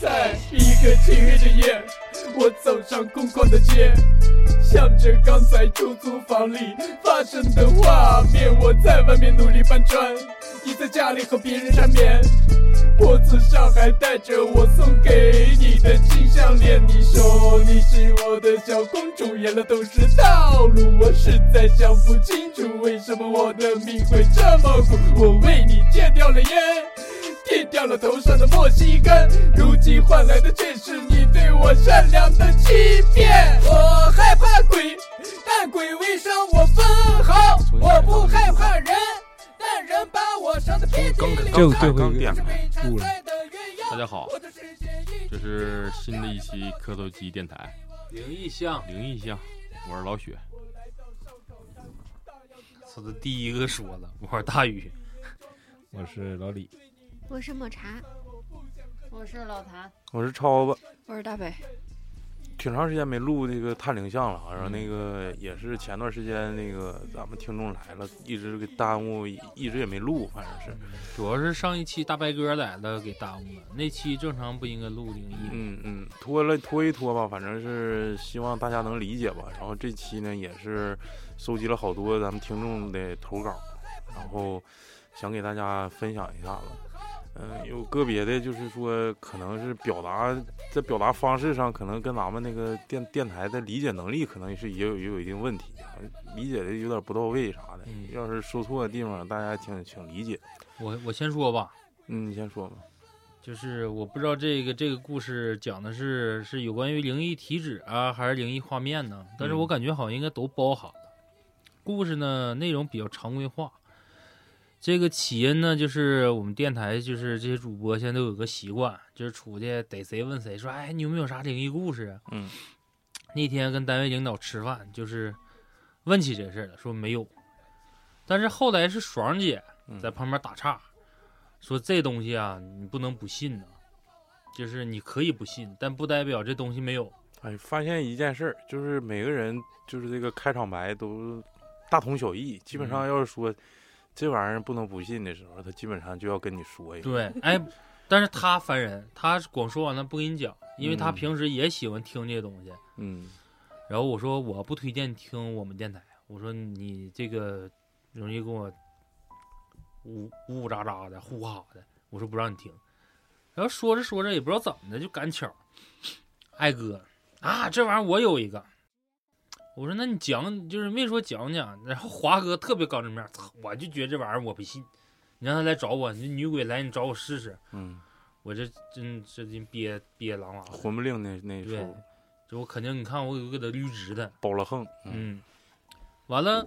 在一个晴日之夜，我走上空旷的街，想着刚才出租房里发生的画面。我在外面努力搬砖，你在家里和别人缠绵，脖子上还带着我送给你的金项链。你说你是我的小公主，原来都是套路。我实在想不清楚，为什么我的命会这么苦。我为你戒掉了烟。剃掉了头上的墨西哥，如今换来的却是你对我善良的欺骗。我害怕鬼，但鬼未伤我分毫；我不害怕人，但人把我伤得遍体鳞这伤。个这刚回变是了。被缠录了在的鸳鸯大家好，我的世界一这是新的一期磕头机电台灵异像，灵异像，我是老雪，操，这第一个说了，我是大宇，我是老李，我是抹茶，我是老谭，我是超子，我是大北，挺长时间没录那个探灵像了，啊然后那个也是前段时间那个咱们听众来了，一直给耽误，一直也没录，反正是，主要是上一期大白鸽来了给耽误了，那期正常不应该录灵异，嗯嗯，拖了拖一拖吧，反正是希望大家能理解吧。然后这期呢也是收集了好多咱们听众的投稿，然后想给大家分享一下子。嗯，有个别的就是说，可能是表达在表达方式上，可能跟咱们那个电电台的理解能力，可能是也有也有一定问题，啊理解的有点不到位啥的。嗯要是说错的地方，大家请请理解。我我先说吧，嗯，你先说吧。就是我不知道这个这个故事讲的是是有关于灵异体质啊，还是灵异画面呢？但是我感觉好像应该都包含了。故事呢内容比较常规化，这个起因呢就是我们电台就是这些主播现在都有个习惯，就是出去逮谁问谁说，哎，你有没有啥灵异故事啊？嗯，那天跟单位领导吃饭，就是问起这事儿了，说没有。但是后来是爽姐嗯在旁边打岔，说这东西啊，你不能不信呐、就是你可以不信，但不代表这东西没有。哎，发现一件事儿，就是每个人就是这个开场白都大同小异，基本嗯上要是说、这玩意儿不能不信的时候，他基本上就要跟你说一个。对，哎，但是他烦人，他光说完了不跟你讲，因为他嗯平时也喜欢听这东西。嗯然后我说我不推荐听我们电台，我说你这个容易跟我呜呜呜喳喳的、呼哈的，我说不让你听。然后说着说着也不知道怎么的就赶巧，艾哥啊，这玩意儿我有一个。我说那你讲，就是没说讲讲。然后华哥特别刚正面，操我就觉得这玩意儿我不信。你让他来找我，你女鬼来你找我试试。嗯，我这真这真憋憋狼哇，魂不吝那那时对候，这我肯定你看我给他捋直的。包了横。嗯，完了，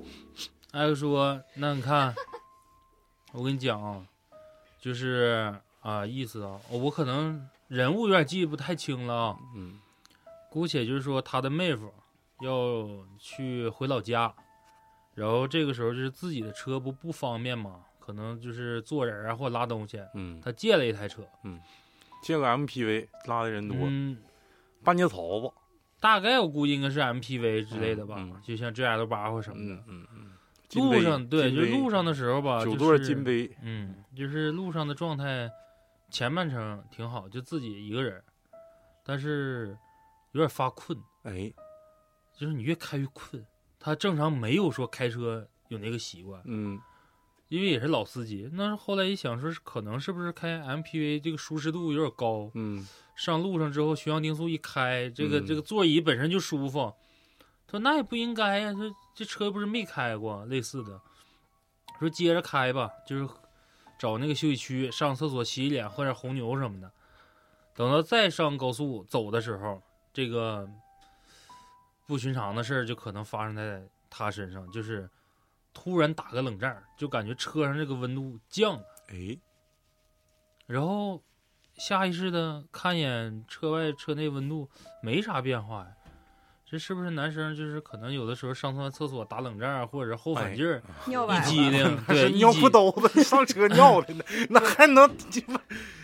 艾克说：“那你看， 我跟你讲啊，就是啊、意思啊，我可能人物有点记不太清了啊，嗯姑且就是说他的妹夫要去回老家，然后这个时候就是自己的车不不方便嘛，可能就是坐人啊或拉东西，嗯，他借了一台车，借个 MPV 拉的人多，嗯，半截槽子。大概我估计应该是 MPV 之类的吧，嗯嗯就像 GL 八或什么的。嗯嗯嗯，金路杯上对，金就杯路上的时候吧，九就座是金杯。嗯，就是路上的状态，前半程挺好，就自己一个人儿，但是有点发困，哎，就是你越开越困。他正常没有说开车有那个习惯，嗯因为也是老司机。那后来一想说，是可能是不是开 MPV 这个舒适度有点高，嗯上路上之后巡航定速一开，这个、嗯这个座椅本身就舒服。他说那也不应该呀、说这车又不是没开过类似的。说接着开吧，就是找那个休息区上厕所、洗洗脸、喝点红牛什么的。等到再上高速走的时候，这个不寻常的事儿就可能发生在他身上，就是突然打个冷战，就感觉车上这个温度降了。哎，然后下意识的看一眼车外车内温度，没啥变化呀。这是不是男生就是可能有的时候上完厕所打冷战啊，或者后反劲儿、尿一激灵，对，是 一尿激裤兜子上车尿的呢，那还能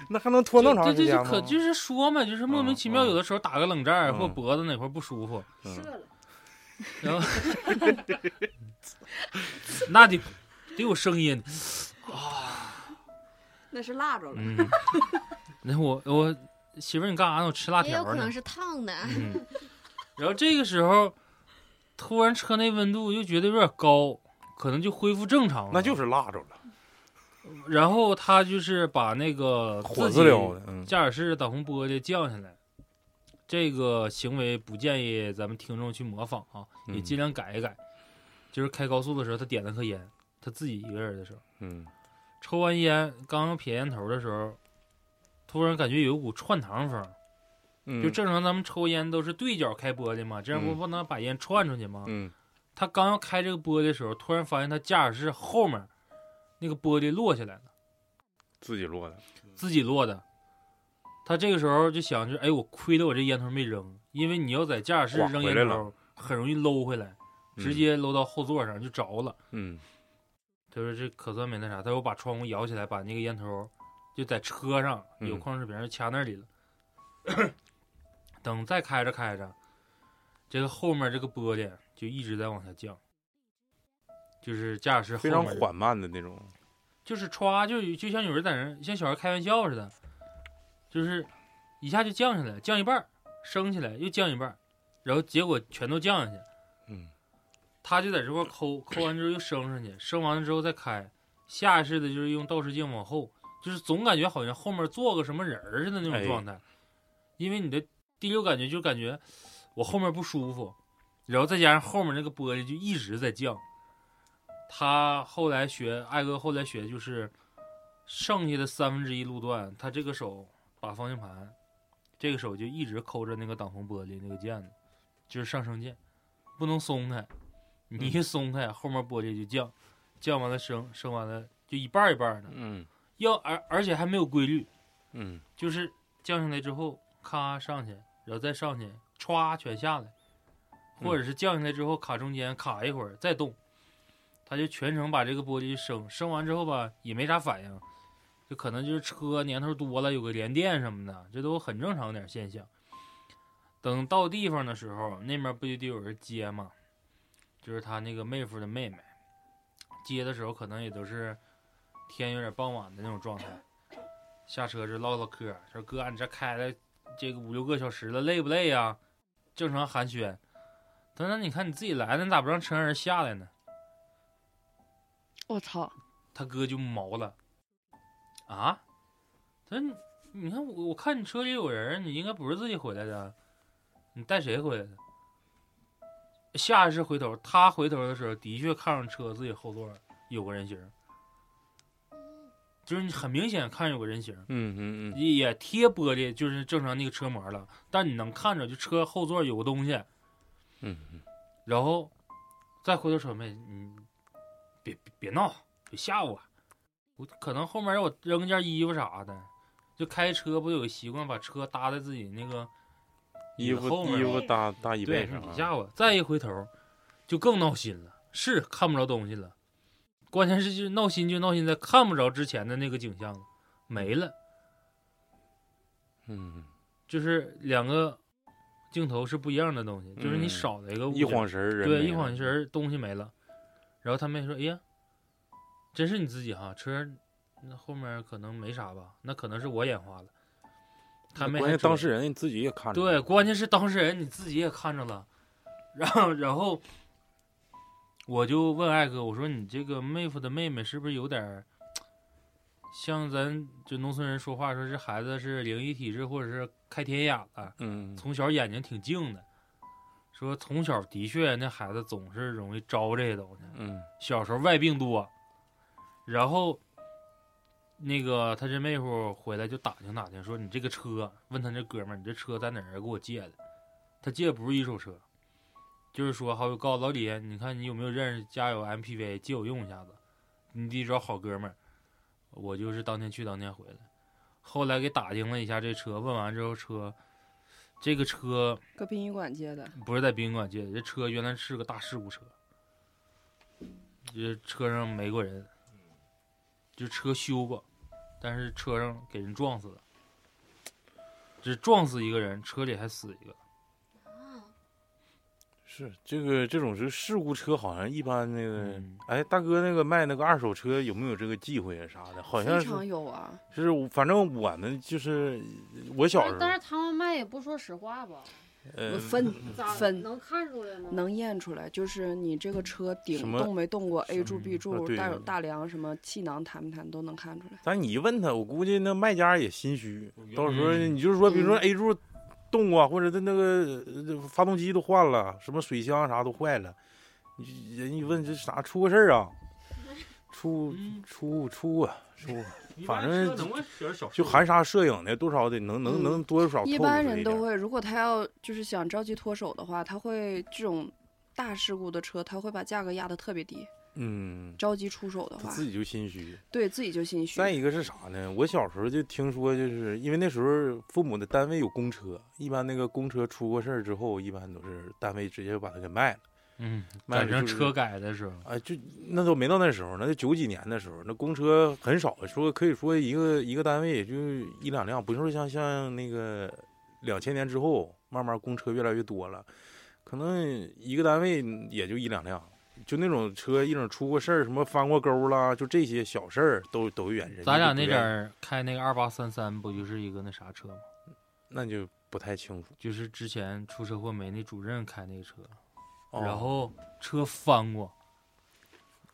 那还能拖那么长对时对间对，吗可？就是说嘛，就是莫名其妙，嗯嗯有的时候打个冷战、嗯或脖子哪块不舒服，嗯射了，然后 那得得有声音，那是蜡着了。嗯，那我我媳妇儿你干啥呢？我吃辣也有条可呢能。是烫的。 嗯，然后这个时候，突然车内温度又觉得有点高，可能就恢复正常了。那就，是辣着了，然后他就是把那个火自自己撩的，嗯，驾驶室挡风玻璃降下来，这个行为不建议咱们听众去模仿啊，也嗯尽量改一改。就是开高速的时候，他点了颗烟，他自己一个人的时候，嗯，抽完烟刚要撇烟头的时候，突然感觉有一股串堂风。嗯就，正常咱们抽烟都是对角开玻璃嘛，这样不嗯不能把烟串出去吗？嗯，他刚要开这个玻璃的时候，突然发现他驾驶室后面那个玻璃落下来了，自己落的，自己落的。他这个时候就想着，哎，我亏得我这烟头没扔，因为你要在驾驶室哇扔回烟来头，很容易搂回来，嗯直，接搂到后座上就着了。嗯，他说这可算没那啥，他说我把窗户摇起来，把那个烟头就在车上嗯有矿石瓶儿掐那里了。 等再开着开着，这个后面这个玻璃就一直在往下降，就是驾驶室非后常面缓慢的那种，就是歘，就有就像有人在那儿像小孩开玩笑似的，就是一下就降下来，降一半儿，升起来又降一半儿，然后结果全都降下去。嗯，他就在这块儿抠，抠完之后又升上去，升完了之后再开，下意识的就是用倒视镜往后，就是总感觉好像后面坐个什么人儿似的那种哎状态，因为你的第六感觉就感觉我后面不舒服，然后再加上后面那个玻璃就一直在降。他后来学艾哥后来学就是，剩下的三分之一路段，他这个手把方向盘，这个手就一直抠着那个挡风玻璃那个键子，就是上升键，不能松开。你一松开，后面玻璃就降，降完了升，升完了就一半儿一半儿的，嗯，要而而且还没有规律，嗯，就是降下来之后，咔上去，然后再上去，歘全下来，或者是降下来之后卡中间卡一会儿再动，他就全程把这个玻璃升，升完之后吧也没啥反应，就可能就是车年头多了有个连电什么的，这都很正常的点现象。等到地方的时候，那面不就得有人接吗？就是他那个妹夫的妹妹，接的时候可能也都是天有点傍晚的那种状态。下车就唠唠嗑儿，说哥，你这开了这个五六个小时了，累不累呀、正常寒暄。他说：“那你看你自己来的，你咋不让车上人下来呢我操，？”他哥就毛了，啊？他说你：“你看我，我看你车里有人，你应该不是自己回来的，你带谁回来的？”下意识回头，他回头的时候，的确看上车自己后座有个人形儿，就是你很明显看有个人形儿。嗯，嗯，嗯，也贴玻璃，就是正常那个车膜了，但你能看着，就车后座有个东西，嗯，嗯然后再回头瞅妹，你别别别闹，别吓我，我可能后面让我扔件衣服啥的，就开车不有个习惯把车搭在自己那个衣服后面衣服搭搭椅对，背说上你啊，吓我！再一回头，就更闹心了，是看不着东西了。关键是就是闹心就闹心在看不着之前的那个景象了，没了。嗯，就是两个镜头是不一样的东西，就是你嗯少了一个物一件晃神儿人对，没一晃了神，儿东西没了。然后他妹说：“哎呀，真是你自己哈，车那后面可能没啥吧？那可能是我眼花了。”他妹关还键说当事人自己也看着，对，，关键是当事人你自己也看着了，然后然后我就问艾哥，我说你这个妹夫的妹妹是不是有点儿像咱就农村人说话说这孩子是灵异体质或者是开天眼了，嗯，从小眼睛挺净的，说从小的确那孩子总是容易招这些东西，嗯，小时候外病多，然后那个他这妹夫回来就打听打听，说你这个车，问他那哥们儿，你这车在哪儿给我借的？他借的不是一手车，就是说好友告诉老李，你看你有没有认识家有 MPV 借我用一下子，你得找好哥们儿。我就是当天去当天回来，后来给打听了一下这车，问完之后车，这个车搁殡仪馆接的，不是在宾馆借的，这车原来是个大事故车，这车上没过人，就车修过，但是车上给人撞死了，哦只撞死一个人，车里还死一个，是这个这种是事故车，好像一般那个，嗯哎，大哥那个卖那个二手车有没有这个忌讳啊啥的？好像非是常有啊，是我，反正我们就是我小时候，但是他们卖也不说实话吧？呃，分咋分能看出来吗？能验出来，就是你这个车顶什么动没动过，A 柱、嗯 B 柱、啊对大对有大梁什么气囊弹没弹都能看出来。但你一问他，我估计那卖家也心虚，到时候嗯你就是说，比如说嗯 A 柱动啊，或者他那个呃发动机都换了，什么水箱啥都坏了，你人一问这啥出个事儿啊？出嗯出出啊出啊！反正能会有点小就含沙射影的，多少得能能嗯能多少透露出一一般人都点会，如果他要就是想着急脱手的话，他会这种大事故的车，他会把价格压得特别低。嗯，着急出手的他话，自己就心虚。对自己就心虚。再一个是啥呢？我小时候就听说，就是因为那时候父母的单位有公车，一般那个公车出过事儿之后，一般都是单位直接把它给卖了。嗯，卖赶的上就是车改的时候，啊，就那都没到那时候，那就九几年的时候，那公车很少，说可以说一个一个单位也就一两辆，不是说像像那个两千年之后，慢慢公车越来越多了，可能一个单位也就一两辆，就那种车一整出过事儿，什么翻过沟啦，就这些小事儿都都远人。咱俩就不那愿阵意，儿开那个二八三三，不就是一个那啥车吗？那就不太清楚。就是之前出车祸没那主任开那个车，哦然后车翻过，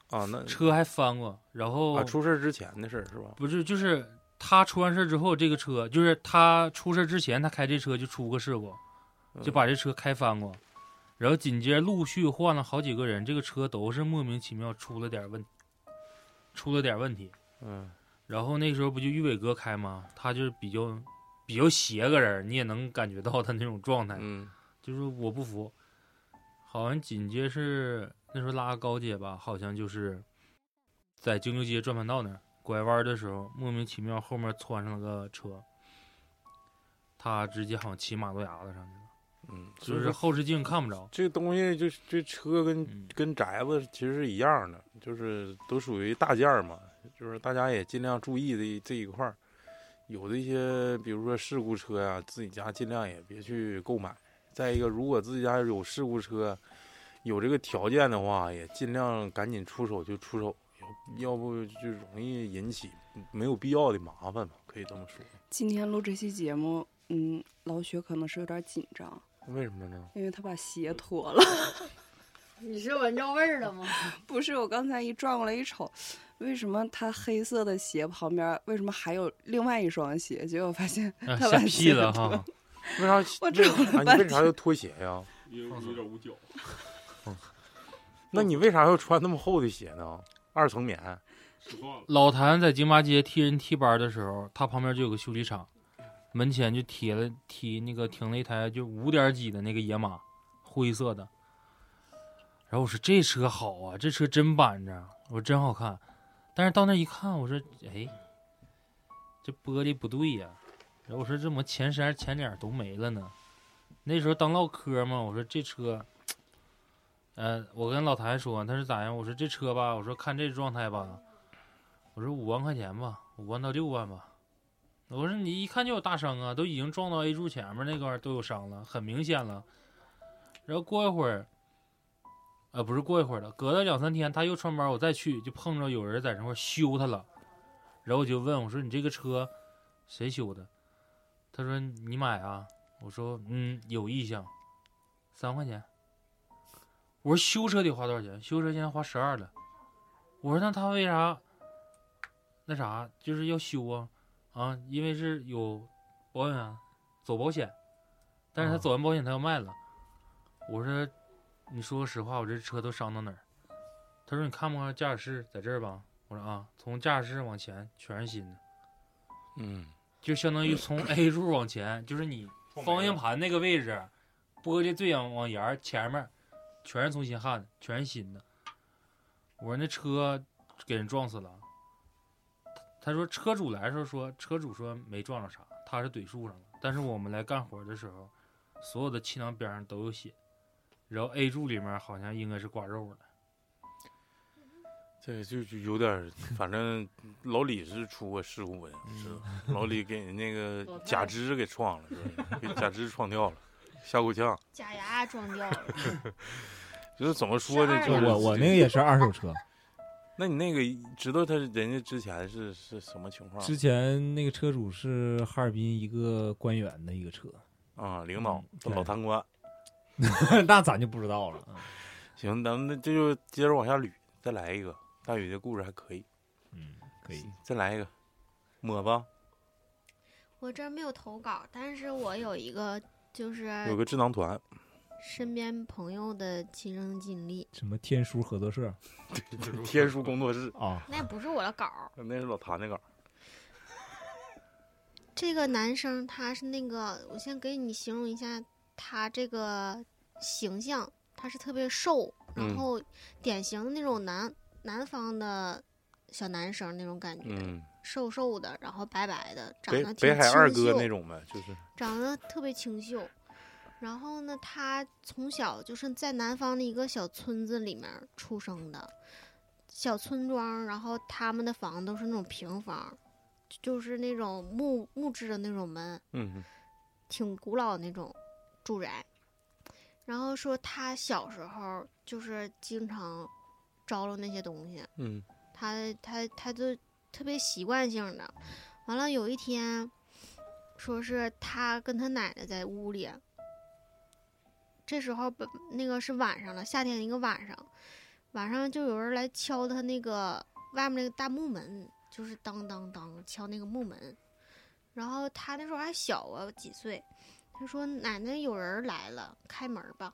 啊，那车还翻过，然后、啊出事儿之前的事儿是吧？不是就是他出完事儿之后，这个车就是他出事儿之前，他开这车就出过事故，嗯就把这车开翻过，然后紧接着陆续换了好几个人，这个车都是莫名其妙出了点问，出了点问题。嗯然后那时候不就玉伟哥开吗？他就是比较比较邪个人，你也能感觉到他那种状态，嗯就是我不服。好像紧接是那时候拉高铁吧，好像就是在京九街转盘道那儿拐弯的时候，莫名其妙后面窜上了个车，他直接好像骑马路牙子上去了，嗯，就就是是后视镜看不着。这东西就是这车跟嗯，跟宅子其实是一样的，就是都属于大件儿嘛，就是大家也尽量注意这一这一块儿。有的一些，比如说事故车呀、自己家尽量也别去购买。再一个，如果自己家有事故车，有这个条件的话，也尽量赶紧出手就出手，要要不就容易引起没有必要的麻烦吧，可以这么说。今天录这期节目，嗯，老雪可能是有点紧张，为什么呢？因为她把鞋脱了。 你是闻着味儿了吗？不是，我刚才一转过来一瞅，为什么她黑色的鞋旁边为什么还有另外一双鞋？结果发现啊他吓把屁鞋了脱哈！为啥？我为找了啊，你半为啥要拖鞋呀？嗯因为我有点捂脚。那你为啥要穿那么厚的鞋呢？二层棉。说话了，老谭在金八街踢人踢班的时候，他旁边就有个修理厂，门前就贴了踢那个停了一台就五点几的那个野马，灰色的。然后我说这车好啊，这车真板正，我说真好看。但是到那一看，我说哎，这玻璃不对呀、然后我说这怎么前扇前脸都没了呢？那时候当唠嗑嘛，我说这车，呃，我跟老谭说，他说咋样？我说这车吧，我说看这状态吧，我说五万块钱吧，五万到六万吧。我说你一看就有大伤啊，都已经撞到 A 柱前面那块儿都有伤了，很明显了。然后过一会儿，呃，不是过一会儿了，隔了两三天他又上班，我再去就碰着有人在那块儿修他了。然后我就问我说你这个车谁修的？他说你买啊。我说嗯，有意向，三块钱。我说修车得花多少钱？修车现在花十二了。我说那他为啥那啥，就是要修啊，啊，因为是有保险啊，走保险，但是他啊走完保险他要卖了。我说，你说个实话，我这车都伤到哪儿？他说你看不看驾驶室在这儿吧？我说啊，从驾驶室往前全是新的，嗯，就相当于 从 A 柱往前，就是你方向盘那个位置，玻璃最往往沿儿前面，全是重新焊的，全是新的。我说那车给人撞死了。他说车主来的时候说车主说没撞着啥，他是怼树上了。但是我们来干活的时候，所有的气囊边上都有血，然后 A 柱里面好像应该是刮肉 了。这就就有点儿，反正老李是出过事故的，是吧老李给那个老太假肢给撞了，是吧给假肢撞掉了，吓够呛。假牙撞掉了，就是怎么说呢？是就是我我那个也是二手车，那你那个知道他人家之前是是什么情 况之前那个车主是哈尔滨一个官员的一个车， 啊？领导嗯对老贪官。那咱就不知道了啊。行，咱们那这就接着往下捋，再来一个。大宇这故事还可以，嗯，可以。再来一个，抹吧。我这儿没有投稿，但是我有一个就是有个智囊 团，身边朋友的亲身经历，什么天书合作社天书工作室，啊？那不是我的稿儿，那是老谭那稿。这个男生他是那个，我先给你形容一下他这个形象，他是特别瘦，然嗯后典型的那种南南方的小男生那种感觉，嗯，瘦瘦的，然后白白的，长北得挺北海二哥清秀那种呗，就是长得特别清秀。然后呢，他从小就是在南方的一个小村子里面出生的，小村庄，然后他们的房都是那种平房，就是那种木木质的那种门，嗯挺古老的那种住宅。然后说他小时候就是经常招了那些东西，嗯他他他就特别习惯性的。完了有一天，说是他跟他奶奶在屋里，这时候本那个是晚上了，夏天一个晚上，晚上就有人来敲他那个外面那个大木门，就是当当当敲那个木门。然后他那时候还小啊，几岁，他说奶奶有人来了，开门吧。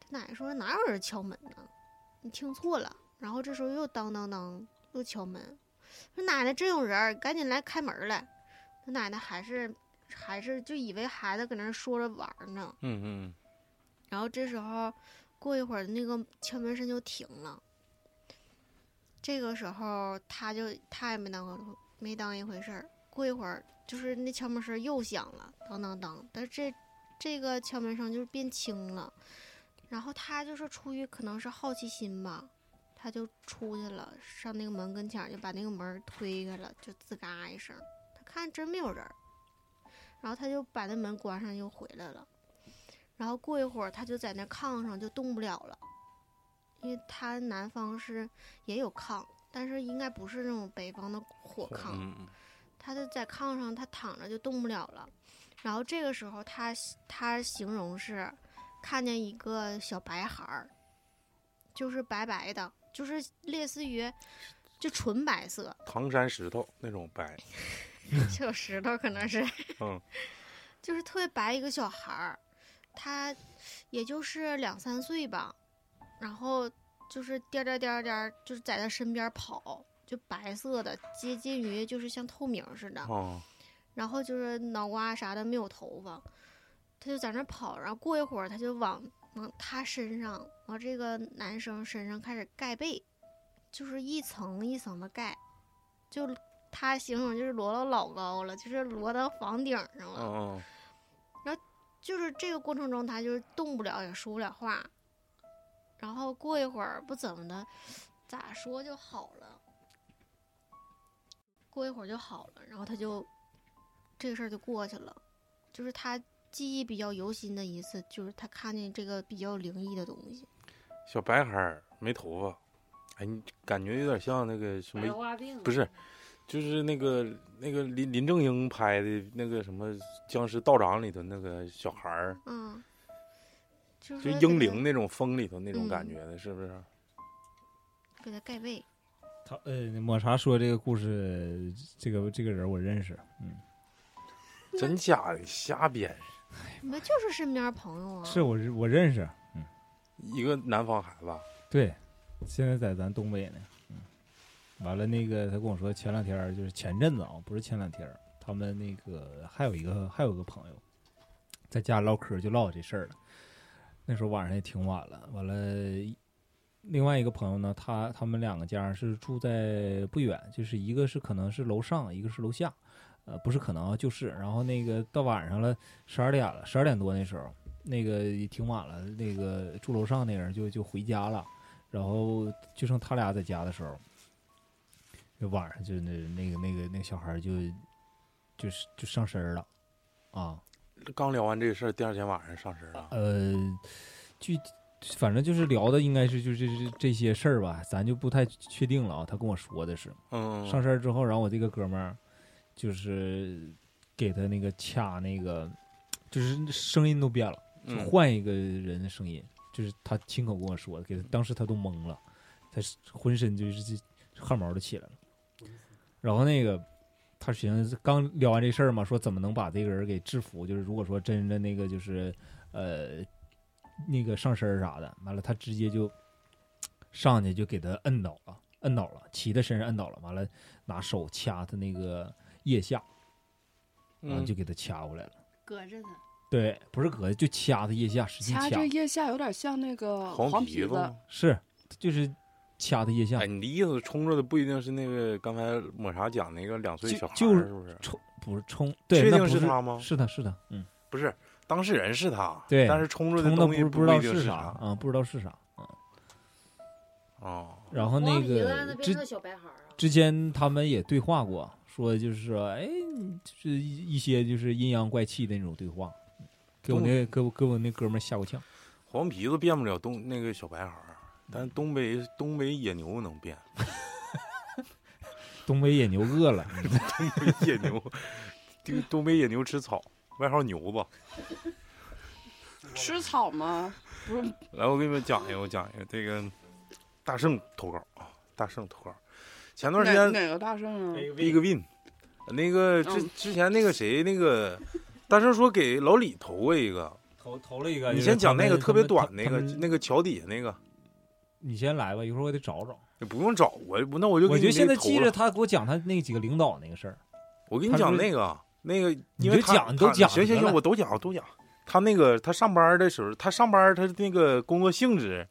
他奶奶说哪有人敲门呢？你听错了。然后这时候又当当当又敲门，说奶奶真有人儿，赶紧来开门儿来。他奶奶还是还是就以为孩子搁那儿说着玩儿呢。嗯嗯然后这时候过一会儿那个敲门声就停了。这个时候他就他也没当回没当一回事儿。过一会儿就是那敲门声又响了，当当当，但是这这个敲门声就是变轻了。然后他就是出于可能是好奇心吧，他就出去了，上那个门跟前儿就把那个门儿推开了，就吱嘎一声。他看真没有人儿，然后他就把那门关上又回来了。然后过一会儿他就在那炕上就动不了了，因为他南方是也有炕，但是应该不是那种北方的火炕，嗯嗯，他就在炕上，他躺着就动不了了。然后这个时候他，他形容是看见一个小白孩儿，就是白白的，就是类似于就纯白色，唐山石头那种白，小石头可能是，嗯， 就是特别白一个小孩儿，他也就是两三岁吧，然后就是颠儿颠儿颠儿颠儿，就是在他身边跑，就白色的，接近于就是像透明似的，哦，然后就是脑瓜啥的没有头发，他就在那儿跑，然后过一会儿他就往往他身上，往这个男生身上开始盖被，就是一层一层的盖，就他形容就是摞到老高了，就是摞到房顶上了。嗯就是这个过程中，他就是动不了，也说不了话。然后过一会儿不怎么的，咋说就好了。过一会儿就好了，然后他就这个事儿就过去了。就是他记忆比较犹新的一次，就是他看见这个比较灵异的东西。嗯，小白孩儿没头发，哎，你感觉有点像那个什白么，化病不是，就是那个那个林林正英拍的那个什么僵尸道长里头那个小孩儿，嗯，就是就说英给他灵那种风里头那种感嗯觉的，是不是？给他盖被。他呃，抹茶说这个故事，这个这个人我认识，嗯，真假的瞎编，你们就是身边朋友啊，是我我认识，一个南方孩子，对，现在在咱东北呢。嗯，完了那个他跟我说，前两天儿就是前阵子啊，不是前两天儿，他们那个还有一个还有个朋友，在家唠嗑儿就唠这事儿了。那时候晚上也挺晚了，完了。另外一个朋友呢，他他们两个家是住在不远，就是一个是可能是楼上，一个是楼下，呃，不是可能啊，就是。然后那个到晚上了，十二点了，十二点多那时候，那个也挺晚了，那个住楼上那人就就回家了，然后就剩他俩在家的时候，就晚上就那那个那个那个小孩就就是就上身儿了，啊，刚聊完这事儿，第二天晚上上身了。呃，具反正就是聊的应该是就是这这些事儿吧，咱就不太确定了啊。他跟我说的是嗯，上身之后，然后我这个哥们儿就是给他那个掐那个，就是声音都变了，就嗯换一个人的声音，就是他亲口跟我说的，给他当时他都懵了，他是浑身就是这汗毛都起来了。然后那个他寻思刚聊完这事儿嘛，说怎么能把这个人给制服？就是如果说真的那个就是呃那个上身儿啥的，完了他直接就上去就给他摁倒了，摁倒了，骑在身上摁倒了，完了拿手掐他那个腋下，完了嗯就给他掐过来了。搁着呢。对，不是搁就掐他腋下，使劲掐这�e下有点像那个黄皮皮子吗。是就是掐他腋下哎，，你的意思冲着的不一定是那个刚才抹茶讲那个两岁就小孩儿，就是不是？冲不是冲，对，确那定不是是他吗是他是他，嗯，不是，当事人是他，对但是冲着冲的东不西是不一知道定是是嗯啥啊，不知道是啥啊。哦，然后那黄皮子个那边之的小白孩儿啊，之前他们也对话过，说就是说，哎，你就是一一些就是阴阳怪气的那种对话，给我那给我给我那哥们儿吓够呛。黄皮子变不了东那个小白孩儿，但东北东北野牛能变， 东北野牛饿 了，东北野牛， 这个东北野牛吃草，外号牛子。吃草吗？不是，来，我给你们讲一个，我讲一个这个大圣投稿啊，大圣投稿。前段时哪间哪个大圣啊？ Big Win，那个之嗯之前那个谁那个，大圣说给老李投过一个，投投了一个你先讲那个特别短那个那那个桥底下那个，你先来吧，一会儿我得找找。你不用找我，那我就我给就你现在投记了着他给我讲他那几个领导那个事儿，我跟你他讲是不是那个啊那个，你因为就他讲你都他讲行行得行，了我都讲我都讲。他那个他上班的时候，他上班他那个工作性质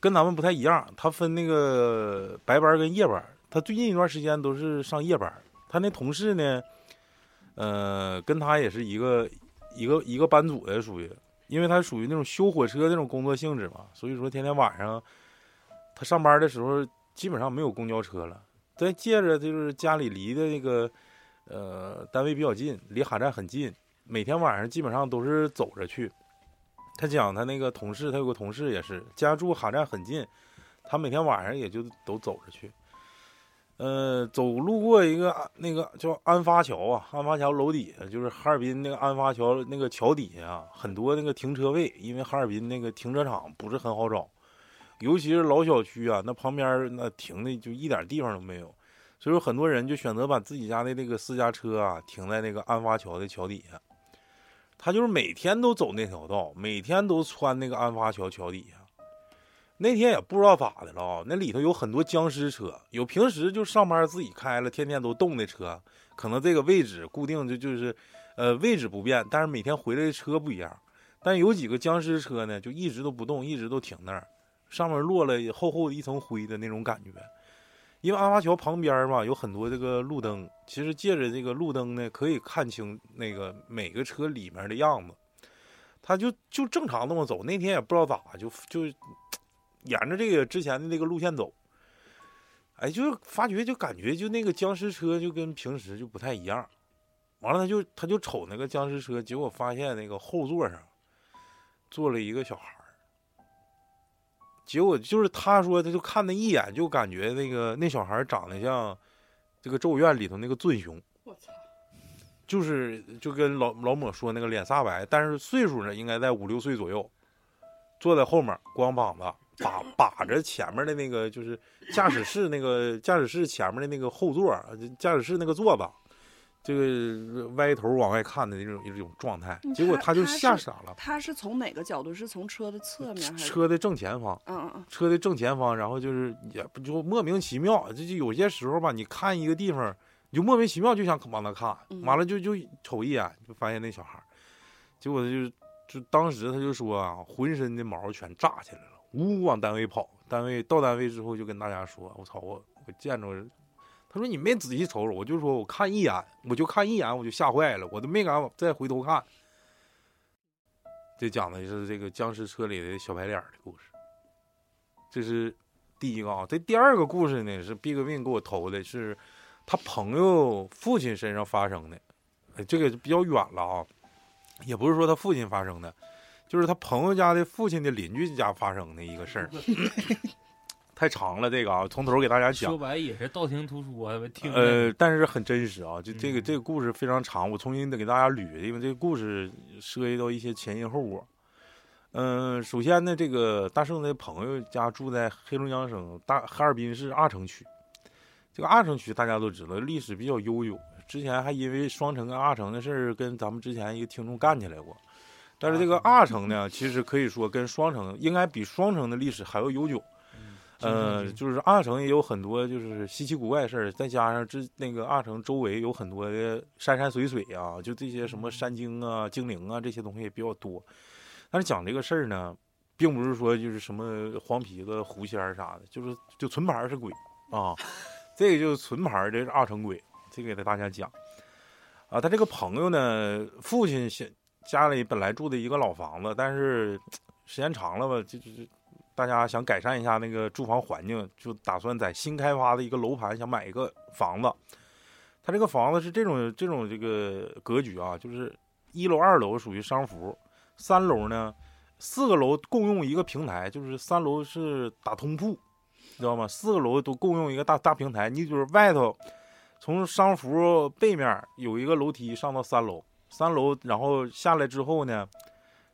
跟咱们不太一样，他分那个白班跟夜班。他最近一段时间都是上夜班。他那同事呢，呃，跟他也是一个一个一个班组的，属于，因为他属于那种修火车那种工作性质嘛，所以说天天晚上他上班的时候基本上没有公交车了。再借着就是家里离的那个呃单位比较近，离哈站很近，每天晚上基本上都是走着去。他讲他那个同事，他有个同事也是家住哈站很近，他每天晚上也就都走着去。呃，走路过一个啊那个叫安发桥啊，安发桥楼底下就是哈尔滨那个安发桥那个桥底下啊，很多那个停车位，因为哈尔滨那个停车场不是很好找，尤其是老小区啊，那旁边儿那停的就一点地方都没有。所以说很多人就选择把自己家的那个私家车啊停在那个安发桥的桥底下。他就是每天都走那条道，每天都穿那个安发桥桥底下。那天也不知道咋的了啊，那里头有很多僵尸车，有平时就上班自己开了，天天都动的车，可能这个位置固定就就是，呃，位置不变，但是每天回来的车不一样。但有几个僵尸车呢，就一直都不动，一直都停那儿，上面落了厚厚的一层灰的那种感觉。因为安华桥旁边儿嘛有很多这个路灯，其实借着这个路灯呢，可以看清那个每个车里面的样子。他就就正常那么走，那天也不知道咋就就沿着这个之前的那个路线走，哎，就是发觉就感觉就那个僵尸车就跟平时就不太一样。完了，他就他就瞅那个僵尸车，结果发现那个后座上坐了一个小孩儿。结果就是他说，他就看那一眼，就感觉那个那小孩儿长得像这个《咒怨》里头那个尊雄，我操！就是就跟老老抹说那个脸煞白，但是岁数呢应该在五六岁左右，坐在后面光膀子，把把着前面的那个就是驾驶室那个驾驶室前面的那个后座，驾驶室那个座子，这个歪头往外看的那种一种状态嗯，结果他就他是吓傻了，他是从哪个角度？是从车的侧面还是？车的正前方。嗯嗯嗯，车的正前方，然后就是也不就莫名其妙，这就有些时候吧，你看一个地方，你就莫名其妙就想往那看嗯，完了就就瞅一眼，就发现那小孩儿，结果他就就当时他就说啊，浑身的毛全炸起来了，呜呜往单位跑，单位到单位之后就跟大家说，我操，我我见着人，他说你没仔细瞅瞅，我就说我看一眼，我就看一眼，我就吓坏了，我都没敢往再回头看。这讲的是这个僵尸车里的小白脸儿的故事。这是第一个啊。这第二个故事呢是 Big Win 给我投的，是呃他朋友父亲身上发生的，哎这个就比较远了啊。也不是说他父亲发生的，就是他朋友家的父亲的邻居家发生的一个事儿。太长了，这个啊，从头给大家讲说。白也是道听途说啊，听着呃，但是很真实啊，就这个、嗯这个故事非常长，我重新得给大家捋，因为这个故事涉及到一些前因后果。嗯、首先呢，这个大圣的朋友家住在黑龙江省大哈尔滨市阿城区，这个阿城区大家都知道，历史比较悠久，之前还因为双城跟阿城的事儿跟咱们之前一个听众干起来过。但是这个阿城呢，其实可以说跟双城应该比双城的历史还要悠久。呃，就是阿城也有很多就是稀奇古怪的事儿，再加上这那个阿城周围有很多的山山水水啊，就这些什么山精啊、精灵啊这些东西也比较多。但是讲这个事儿呢，并不是说就是什么黄皮子、狐仙儿啥的，就是就纯牌儿是鬼啊，这个就是纯牌儿，这是二成鬼，这个给大家讲啊。他这个朋友呢，父亲先家里本来住的一个老房子，但是时间长了吧，就就就大家想改善一下那个住房环境，就打算在新开发的一个楼盘想买一个房子。他这个房子是这种这种这个格局啊，就是一楼、二楼属于商服，三楼呢，四个楼共用一个平台，就是三楼是打通铺，你知道吗？四个楼都共用一个大大平台，你就是外头从商服背面有一个楼梯上到三楼，三楼然后下来之后呢，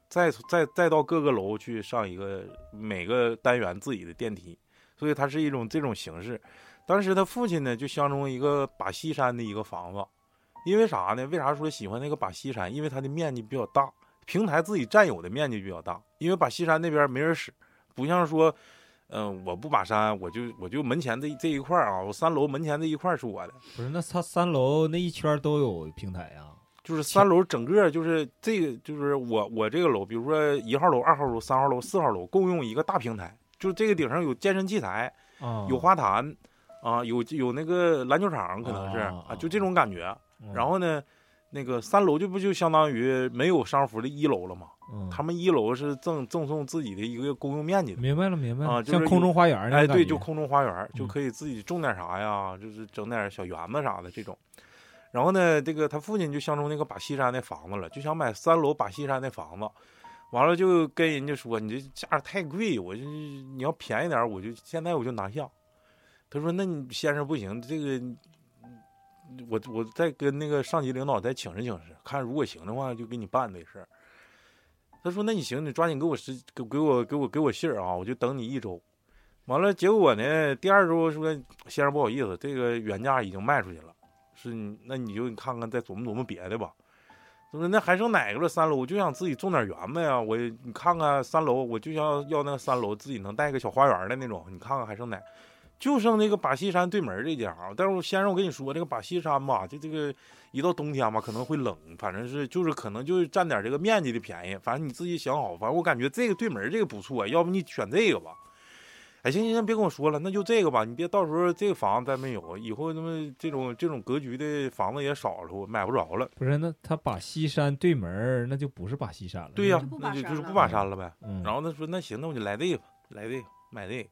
再从再再到各个楼去上一个每个单元自己的电梯，所以它是一种这种形式。当时他父亲呢就相中一个把西山的一个房子，因为啥呢？为啥说喜欢那个把西山？因为它的面积比较大，平台自己占有的面积比较大，因为把西山那边没人使，不像说。嗯、我不把山，我就我就门前这这一块儿啊，我三楼门前这一块儿是我的，不是，那他三楼那一圈都有平台呀、就是三楼整个就是这个就是我我这个楼，比如说一号楼、二号楼、三号楼、四号楼共用一个大平台，就是这个顶上有健身器材，啊，有花坛，啊，有有那个篮球场，可能是啊啊啊啊，就这种感觉。嗯，然后呢，那个三楼就不就相当于没有商服的一楼了吗？嗯他们一楼是赠赠送自己的一个公用面积的。明白了，明白了，啊就是像空中花园那种哎，对，感觉就空中花园儿就嗯可以自己种点啥呀，就是整点小园子啥的这种。然后呢，这个他父亲就相中那个把西山那房子了，就想买三楼把西山那房子。完了就跟人家说：“你这价儿太贵，我就你要便宜点儿，我就现在我就拿下。”他说：“那你先生不行，这个我我再跟那个上级领导再请示请示，看如果行的话就给你办这事儿。”他说：“那你行，你抓紧给我时给给我给我给我信儿啊，我就等你一周。”完了，结果呢，第二周说先生不好意思，这个原价已经卖出去了，是你那你就你看看再琢磨琢磨别的吧。他说那还剩哪个了？三楼我就想自己种点园子呀，我你看看三楼，我就想要那个三楼自己能带个小花园的那种，你看看还剩哪？就剩那个把戏山对门这家伙，但是我先生我跟你说，这个把戏山吧，就这个一到冬天吧可能会冷，反正是就是可能就是占点这个面积的便宜，反正你自己想好，反正我感觉这个对门这个不错，要不你选这个吧。哎，行行行，别跟我说了，那就这个吧。你别到时候这个房子再没有，以后他妈这种这种格局的房子也少了，我买不着了。不是，那他把西山对门儿，那就不是把西山了。对呀、就不那把就山就是了不把山了呗。嗯，然后他说那行，那我就来这个吧，来这个，买这个。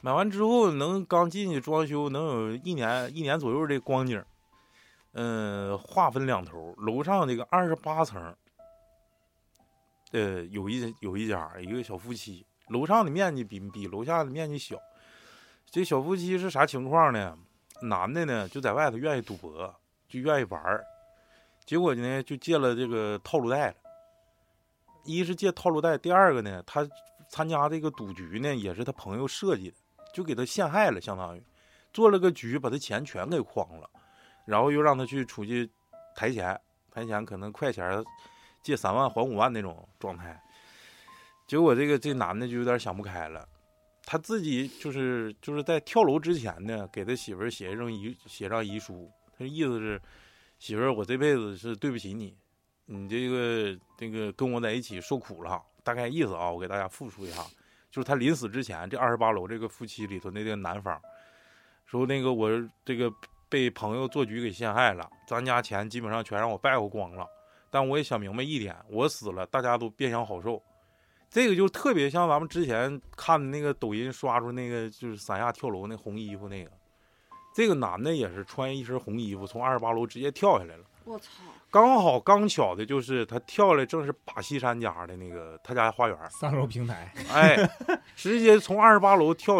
买完之后能刚进去装修，能有一年一年左右的光景。嗯，划分两头，楼上这个二十八层，呃，有一有一家一个小夫妻，楼上的面积比比楼下的面积小。这小夫妻是啥情况呢？男的呢就在外头愿意赌博，就愿意玩儿，结果呢就借了这个套路贷了。一是借套路贷，第二个呢，他参加这个赌局呢，也是他朋友设计的，就给他陷害了，相当于做了个局，把他钱全给诓了，然后又让他去出去抬钱，抬钱可能快钱儿借三万还五万那种状态。结果这个这男的就有点想不开了，他自己就是就是在跳楼之前呢，给他媳妇儿写一张遗写张遗书，他意思是媳妇儿，我这辈子是对不起你，你这个这个跟我在一起受苦了，大概意思啊，我给大家复述一下，就是他临死之前，这二十八楼这个夫妻里头那个男方说那个我这个被朋友做局给陷害了，咱家钱基本上全让我败坏光了，但我也想明白一点，我死了大家都别想好受。这个就特别像咱们之前看的那个抖音刷出那个，就是三亚跳楼那红衣服那个，这个男的也是穿一身红衣服，从二十八楼直接跳下来了。我操！刚好刚巧的就是他跳来正是把西山家的那个他家花园， 三楼平台， 哎，直接从二十八楼跳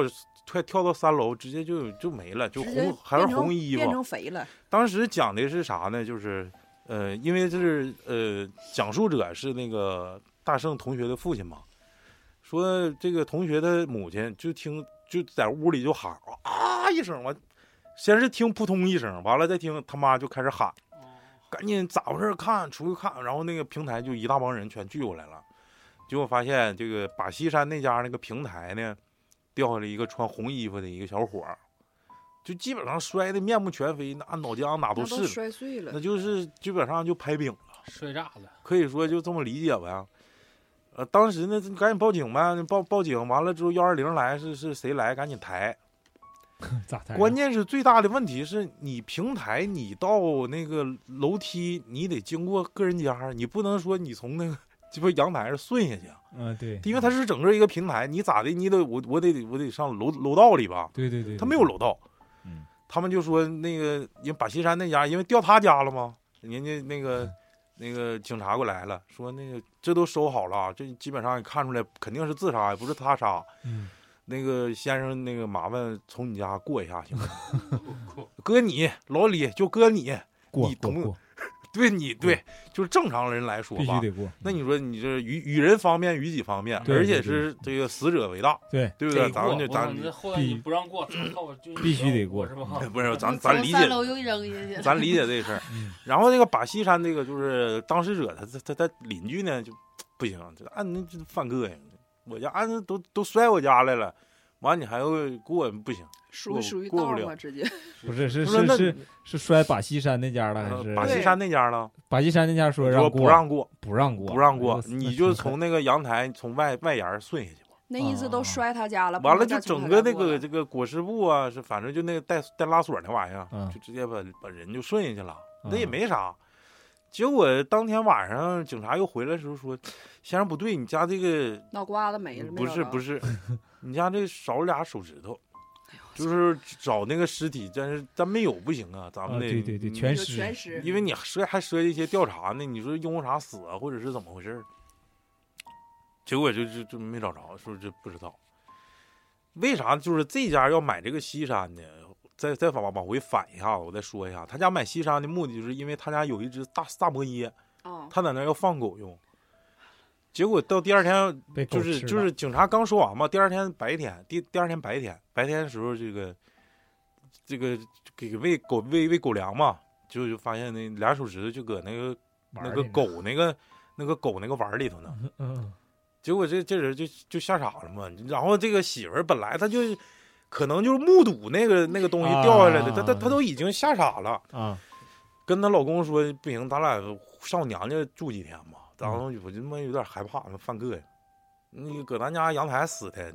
跳跳到三楼，直接就就没了，就直接红还是变成红衣变服。啊成肥了，当时讲的是啥呢？就是呃，因为这是呃，讲述者是那个大圣同学的父亲嘛，说这个同学的母亲就听就在屋里就喊啊一声，完先是听扑通一声，完了再听他妈就开始喊。哦赶紧咋回事儿看，出去看，然后那个平台就一大帮人全聚过来了，结果发现这个把西山那家那个平台呢，掉下来一个穿红衣服的一个小伙儿，就基本上摔的面目全非，那脑浆哪那都都是，摔碎了那。就是基本上就拍饼了，摔炸了，可以说就这么理解呗。呃，当时呢，赶紧报警呗，报报警完了之后，幺二零来是是谁来，赶紧抬，咋才关键是最大的问题是你平台，你到那个楼梯，你得经过个人家，你不能说你从那个鸡巴阳台上顺下去啊，嗯对，因为它是整个一个平台，你咋的，你得我我得我得上楼楼道里吧，对对对，他没有楼道，嗯，他们就说那个因为把西山那家，因为调他家了嘛，人家那嗯个那个警察过来了，说那个这都收好了，这基本上也看出来肯定是自杀，也不是他杀，嗯，那个先生，那个麻烦从你家过一下 行吗？哥你老李就哥你，过过你懂过，对你对，就是正常人来说必须吧。得过。那嗯你说你这与与人方便，与己方便，对而对且对是这个死者为大，对对不得对？过咱们就我咱操你这后来必你不让过，操我就是必须你得要过是吧？ 不是咱从咱理三解楼又扔下去了。 咱理解这事儿嗯。然后那个把西山这个就是当事者，他他他他邻居呢就不行，这按那这犯膈应，我家按都都摔我家来了，完你还要给我不行，属过于不属于过道不了嘛，直接不是是他说是那呃是是摔把西山那家了还是把西对山那家呢？把西山那家说说让不过让过，不让过不让过哎，呦你就那挺狠从那个阳台从外外沿儿顺下去吧。那意思啊都摔他家完了，不了能就再整从他个家那过个了这个裹尸布啊，是反正就那个带带拉锁那玩意儿嗯，就直接把把人就顺下去了，那也嗯没啥。结果当天晚上警察又回来的时候说，先生不对，你家这个脑瓜子没了，哎没不找是着 不，是，你家这少俩手指头，哎就是找那个尸体，但是咱没有不行啊，咱啊们得对对对你全有尸全尸，因为你涉还涉及一些调查呢，你说因为啥死啊，或者是怎么回事儿？结果就就就没找着，说这不知道为啥，就是这家要买这个西山呢？再再往往回反一下子，我再说一下，他家买西山的目的就是因为他家有一只大萨摩耶，啊，他在那儿要放狗用。结果到第二天，被狗就是吃就了是警察刚说完嘛，第二天白天，第第二天白天，白天的时候这个这个给喂狗喂喂狗粮嘛，就就发现那俩手指头就搁那个玩那儿个去呢狗那个那个狗那个碗儿里头呢。嗯嗯结果这这人就就吓傻了嘛。然后这个媳妇儿本来她就可能就是目睹那个那个东西掉下来的，她她她都已经吓傻了，啊跟她老公说不行，咱俩上我娘家住几天吧。然后嗯我就他妈有点害怕，犯膈应。你搁咱家阳台死的，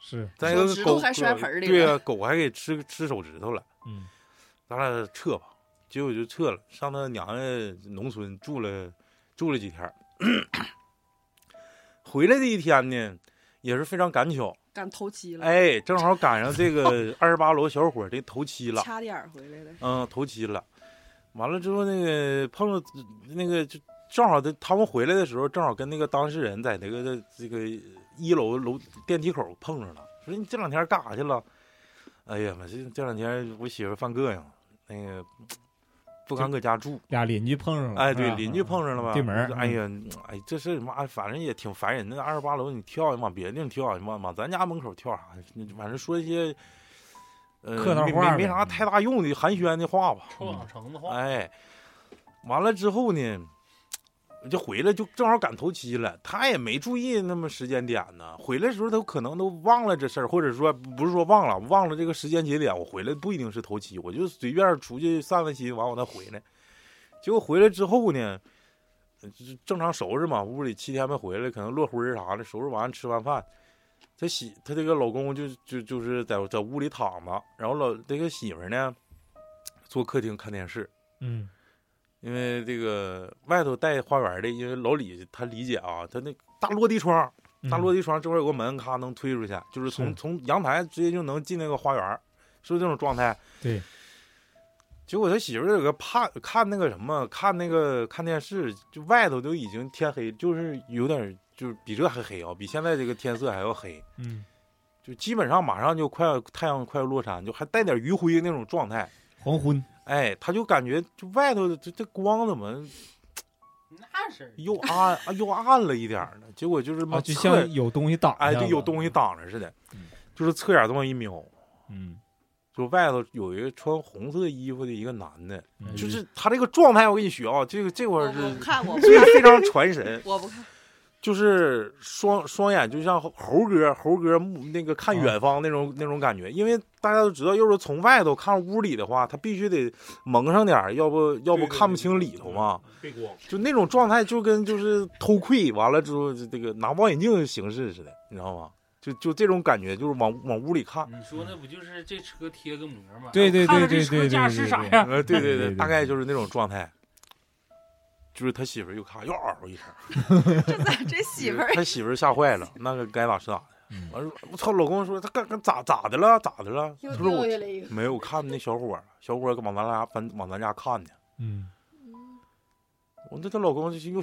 是咱有手指狗头还摔盆儿里对了啊，狗还给吃吃手指头了。嗯咱俩撤吧，结果就撤了，上他娘家农村住了住了几天儿。 回来的一天呢，也是非常赶巧，敢头七了，哎，正好赶上这个二十八楼小伙儿这头七了，掐点儿回来的，嗯，头七了。完了之后，那个碰到那个就正好他他们回来的时候，正好跟那个当事人在那个这个一楼楼电梯口碰上了，说你这两天干啥去了？哎呀妈，这这两天我媳妇犯膈应，那个不敢搁家住。俩邻居碰上了啊哎，是对，吧邻居碰上了吧？对门儿嗯哎呀，哎，这事儿妈，反正也挺烦人的。二十八楼你跳，往别的地方跳，往往咱家门口跳啥？反正说一些呃客套没话没没呗啥太大用的寒暄的话吧。臭嗯氧橙子话，哎，完了之后呢，就回来就正好赶头七了，他也没注意那么时间点呢。回来的时候，他可能都忘了这事儿，或者说不是说忘了，忘了这个时间节点。我回来不一定是头七，我就随便出去散散心，完我再回来。结果回来之后呢，呃就正常收拾嘛，屋里七天没回来，可能落灰儿啥的，收拾完吃完饭。他媳，他这个老公就就就是在在屋里躺着，然后老这个媳妇儿呢，坐客厅看电视，嗯因为这个外头带花园的，因为老李他理解啊，他那大落地窗，嗯大落地窗这块有个门，咔能推出去，就是从是从阳台直接就能进那个花园，是不是这种状态？对，结果他媳妇儿搁怕看那个什么，看那个看电视，就外头都已经天黑，就是有点儿就是比这还黑啊，比现在这个天色还要黑，嗯，就基本上马上就快要太阳快要落山，就还带点余晖那种状态。黄昏，哎，他就感觉就外头这这光怎么那是又暗啊又暗了一点儿呢？结果就是嘛啊，就侧像有东西挡，哎，就有东西，挡着似的嗯，就是侧眼这么一瞄，嗯，就外头有一个穿红色衣服的一个男的，嗯就是他这个状态，我跟你学啊，这个这会我儿哦不是看，我不，这个非常传神我不看，就是双双眼就像猴哥猴哥目那个看啊远方那种、那种感觉，因为大家都知道，要是从外头看屋里的话，他必须得蒙上点儿，要不要不对对看不对清对里头嘛。背光，就那种状态，就跟就是偷窥完了之后，这个拿望远镜形式似的，你知道吗？就就这种感觉，就是往往屋里看。你说那不就是这车贴个膜吗？嗯对对看对看这对车对架对是对啥对样？呃，对对对对，对大概就是那种状态。就是他媳妇儿又咔又嗷一声，这咋这媳妇儿他媳妇儿吓坏了，那个该咋是咋的。嗯完了，我操！老公说他干干咋咋的了？咋的了？又他说掉我下来一个，没有，我看那小伙儿，小伙儿往咱俩往往咱家看去。嗯，嗯我那她老公就是又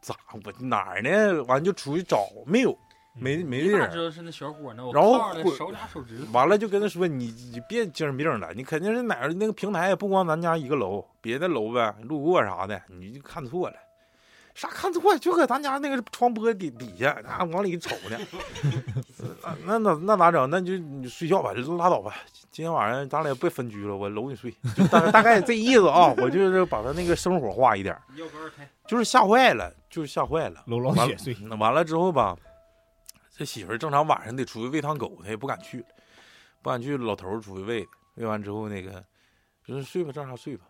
咋我哪儿呢？完就出去找，没有，嗯没没你人哪儿知。道是那小伙呢？我然后靠会着手俩手 指头。完了就跟他说，你你别精神病了，你肯定是哪儿那个平台也不光咱家一个楼，别的楼呗，路过啥的，你就看错了。啥看错？就搁咱家那个窗玻底底下，那、往里一瞅呢。 呃那那那咋整？那就你睡觉吧，就拉倒吧。今天晚上咱俩别分居了，我搂你睡，就大大概这意思啊。我就是把他那个生活化一点儿，要不二胎，就是吓坏了，就是吓坏了。楼老完铁碎，那完了之后吧，这媳妇儿正常晚上得出去喂趟狗，她也不敢去，不敢去。老头儿出去喂的，喂完之后那个就是睡吧，正常睡吧。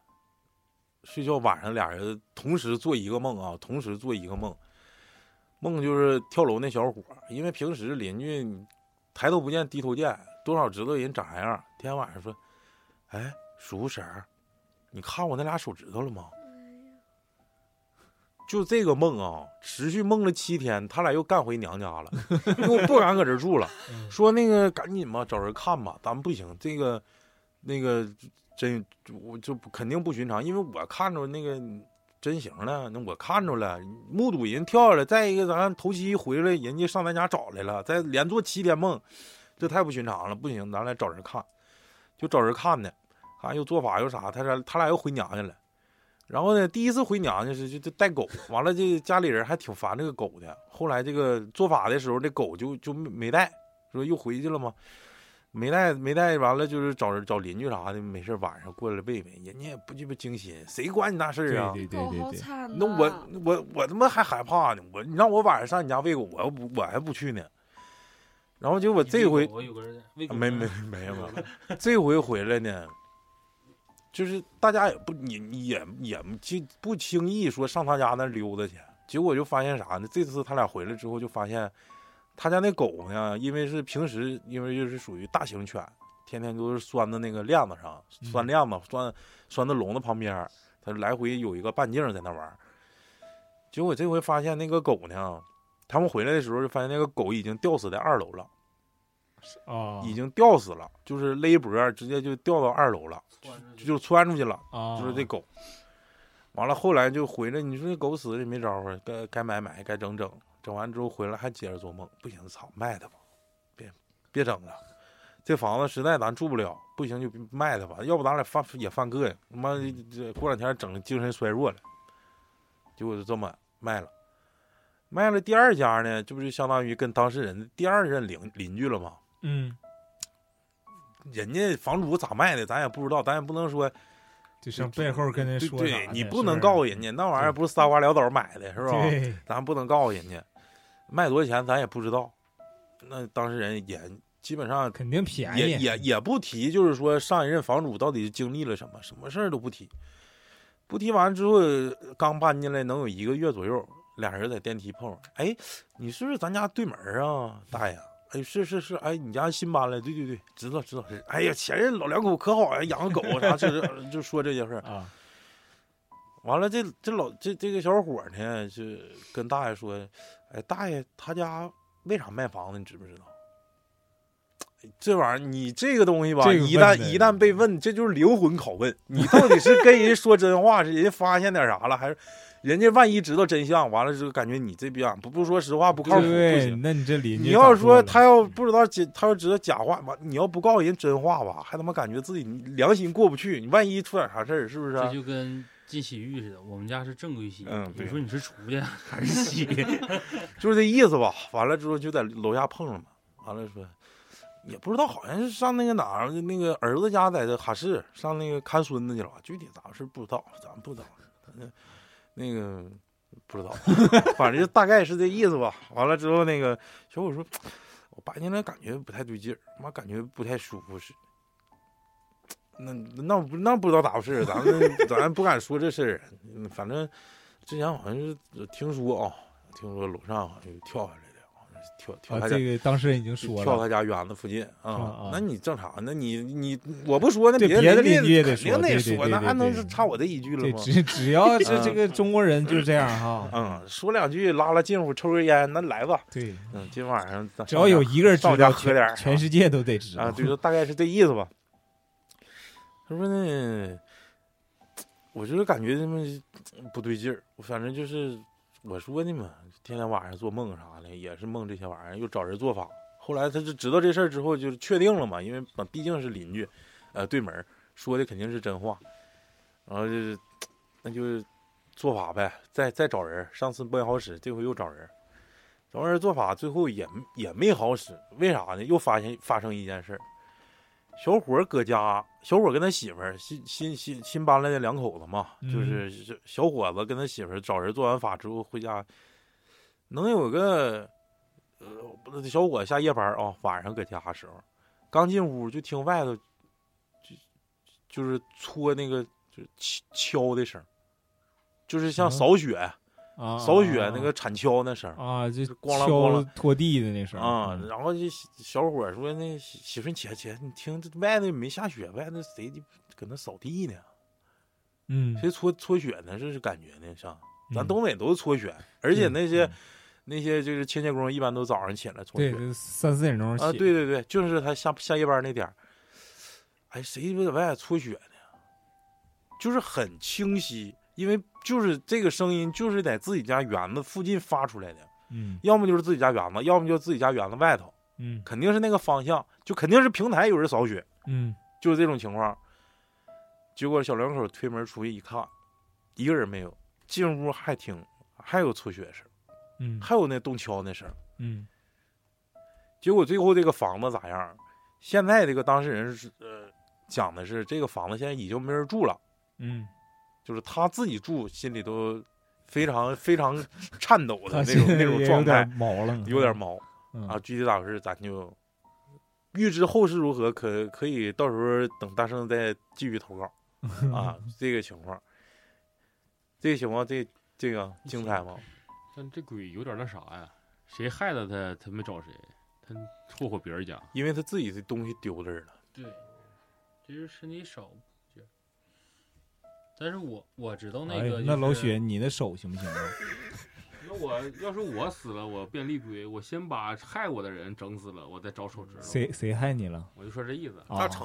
睡觉晚上俩人同时做一个梦啊，同时做一个梦，梦就是跳楼那小伙儿，因为平时邻居你抬头不见低头见，多少知道人长啥样儿。天天晚上说，哎，叔婶儿，你看我那俩手指头了吗？就这个梦啊，持续梦了七天，他俩又干回娘家了，又不敢搁这住了。说那个赶紧吧，找人看吧，咱们不行，这个那个真我就肯定不寻常，因为我看着那个真形了，那我看着了，目睹人跳下来。再一个，咱头七回来，人家上咱家找来了，再连做七天梦，这太不寻常了，不行，咱俩找人看，就找人看呢，看又做法又啥，他俩他俩又回娘家了。然后呢，第一次回娘家是就就带狗，完了这家里人还挺烦这个狗的。后来这个做法的时候，这狗就就没没带，说又回去了吗？没带没带，完了就是找人找邻居啥的，没事晚上过来喂喂，人家也不鸡巴惊心，谁管你那事对儿啊？对对狗对哦好对，惨那呐我我我他妈还害怕呢，我你让我晚上上你家喂狗，我不我还不去呢。然后结果这回啊我有个人喂狗呢没没没有，啊没有这回回来呢，就是大家也不也也也就不轻易说上他家那溜达去。结果就发现啥呢？这次他俩回来之后，就发现他家那狗呢，因为是平时因为就是属于大型犬，天天都是拴在那个链子上，嗯拴链子，拴拴在笼子旁边儿，它来回有一个半径在那玩儿。结果这回发现那个狗呢，他们回来的时候就发现那个狗已经吊死在二楼了。啊已经吊死了，就是勒脖儿直接就吊到二楼了，就就窜出去了，啊，就是这狗。完了，后来就回来，你说这狗死了也没招儿啊，该该买买，该整整，整完之后回来还接着做梦，不行，操，卖它吧，别别整了，这房子实在咱住不了，不行就卖它吧，要不咱俩犯也犯膈应，他妈嗯这过两天整精神衰弱了，结果就这么卖了。卖了第二家呢，这不就相当于跟当事人的第二任邻邻居了吗？嗯，人家房主咋卖的，咱也不知道，咱也不能说就上背后跟人对说啥呢，对，你是不能告诉人是，家那玩意儿不是仨瓜俩枣买的，是吧？对，咱不能告诉人家，卖多少钱咱也不知道。那当事人也基本上肯定便宜，也也也不提，就是说上一任房主到底经历了什么，什么事儿都不提。不提完之后，刚搬进来能有一个月左右，俩人在电梯碰上。哎，你是不是咱家对门儿啊，大爷？哎，是是是，哎，你家新搬来？对对对，知道知道。是哎呀，前任老两口可好呀，养个狗啥，这这就说这些事儿。啊，完了，这这老这这个小伙儿呢，是跟大爷说，哎，大爷，他家为啥卖房子，你知不知道？这玩意儿，你这个东西吧，这个一旦问的一旦被问，这就是灵魂拷问。 你到底是跟人说真话，是人家发现点啥了，还是人家万一知道真相，完了之后感觉你这逼样不不说实话不靠谱不对，行。那你这邻居你要咋说了他要不知道假，他要知道假话，完你要不告诉人真话吧，还他妈感觉自己良心过不去。你万一出点啥事儿，是不是啊、这就跟进洗浴似的，我们家是正规洗，嗯对你说你是出 去啊还是洗？就是这意思吧。完了之后就在楼下碰上了，完了说也不知道，好像是上那个哪儿，那个儿子家在这哈市上那个看孙子去了，具体咋回事不知道，咱不知道，反正那个不知道， 反正就大概是这意思吧。完了之后，那个小伙说，我白天来感觉不太对劲儿，妈感觉不太舒服是。那那不那不知道咋回事儿，咱们咱不敢说这事儿。嗯反正之前好像是听说啊、听说楼上好像有跳下来的，好像是跳跳啊，他家这个当事人已经说跳了，他家园子附近啊啊。那你正常，那你你我不说，那对别别的邻邻居也得肯定说对得对说，对那对还能对是差我这一句了对，吗？只只 要是哦这嗯个中国人就是这样哈，嗯，说两句，拉拉近乎，抽根烟，那来吧。 对，嗯，今晚上咱只要有一个人知到家道，喝点儿全全世界都得知道啊，对，就大概是这意思吧。他说呢，我就是感觉他妈不对劲儿，反正就是我说的嘛，天天晚上做梦啥的，也是梦这些玩意儿，又找人做法。后来他就知道这事儿之后，就是确定了嘛，因为毕竟是邻居，呃，对门儿说的肯定是真话，然后就是那就是做法呗，再再找人儿。上次不好使，这回又找人儿，找人儿做法，最后也也没好使。为啥呢？又发现发生一件事儿，小伙儿搁家，小伙儿跟他媳妇儿新新新新搬来的两口子嘛，嗯就是小小伙子跟他媳妇儿找人做完法之后回家，能有个呃，不是小伙下夜班儿啊、晚上搁家的时候，刚进屋就听外头就就是搓那个就是敲敲的声儿。就是像什么扫雪、啊，扫雪那个铲锹那声儿啊，就咣啷咣敲啷拖地的那声嗯啊、然后这小小伙儿说：“那媳媳妇儿，你起来起来，你听这外头也没下雪，外头谁就搁那扫地呢？嗯，谁搓搓雪呢？这是感觉呢？上咱嗯东北都是搓雪，而且那些、嗯那些就是清洁工，一般都早上起来搓对雪，这三四点钟啊，起对对对，就是他下下夜班那点儿，哎，谁不在外搓雪呢？就是很清晰，因为就是这个声音就是在自己家园子附近发出来的，嗯要么就是自己家园子，要么就是自己家园子外头，嗯肯定是那个方向，就肯定是平台有人扫雪，嗯，就是这种情况。结果小两口推门出去一看，一个人没有，进屋还听，还有搓雪声，嗯还有那动敲那声。嗯结果最后这个房子咋样？现在这个当事人是呃讲的是这个房子现在已经没人住了，嗯，就是他自己住心里都非常非常颤抖的他那啊现 种在那也种有状态点，毛了，有点毛嗯啊。具体咋回事咱就预知后事如何，可可以到时候等大圣再继续 投稿啊。这个情况，这个情况这这个精彩吗？但这鬼有点那啥呀，谁害了他，他没找谁，他霍霍别人家。因为他自己的东西丢这儿了，对，这是身体少，觉得但是我我知道那哎个、那老雪，，你的手行不行啊？那我要是我死了，我变厉鬼，我先把害我的人整死了，我再找手指头。谁谁害你了？嗯我就说这意思。啊，子。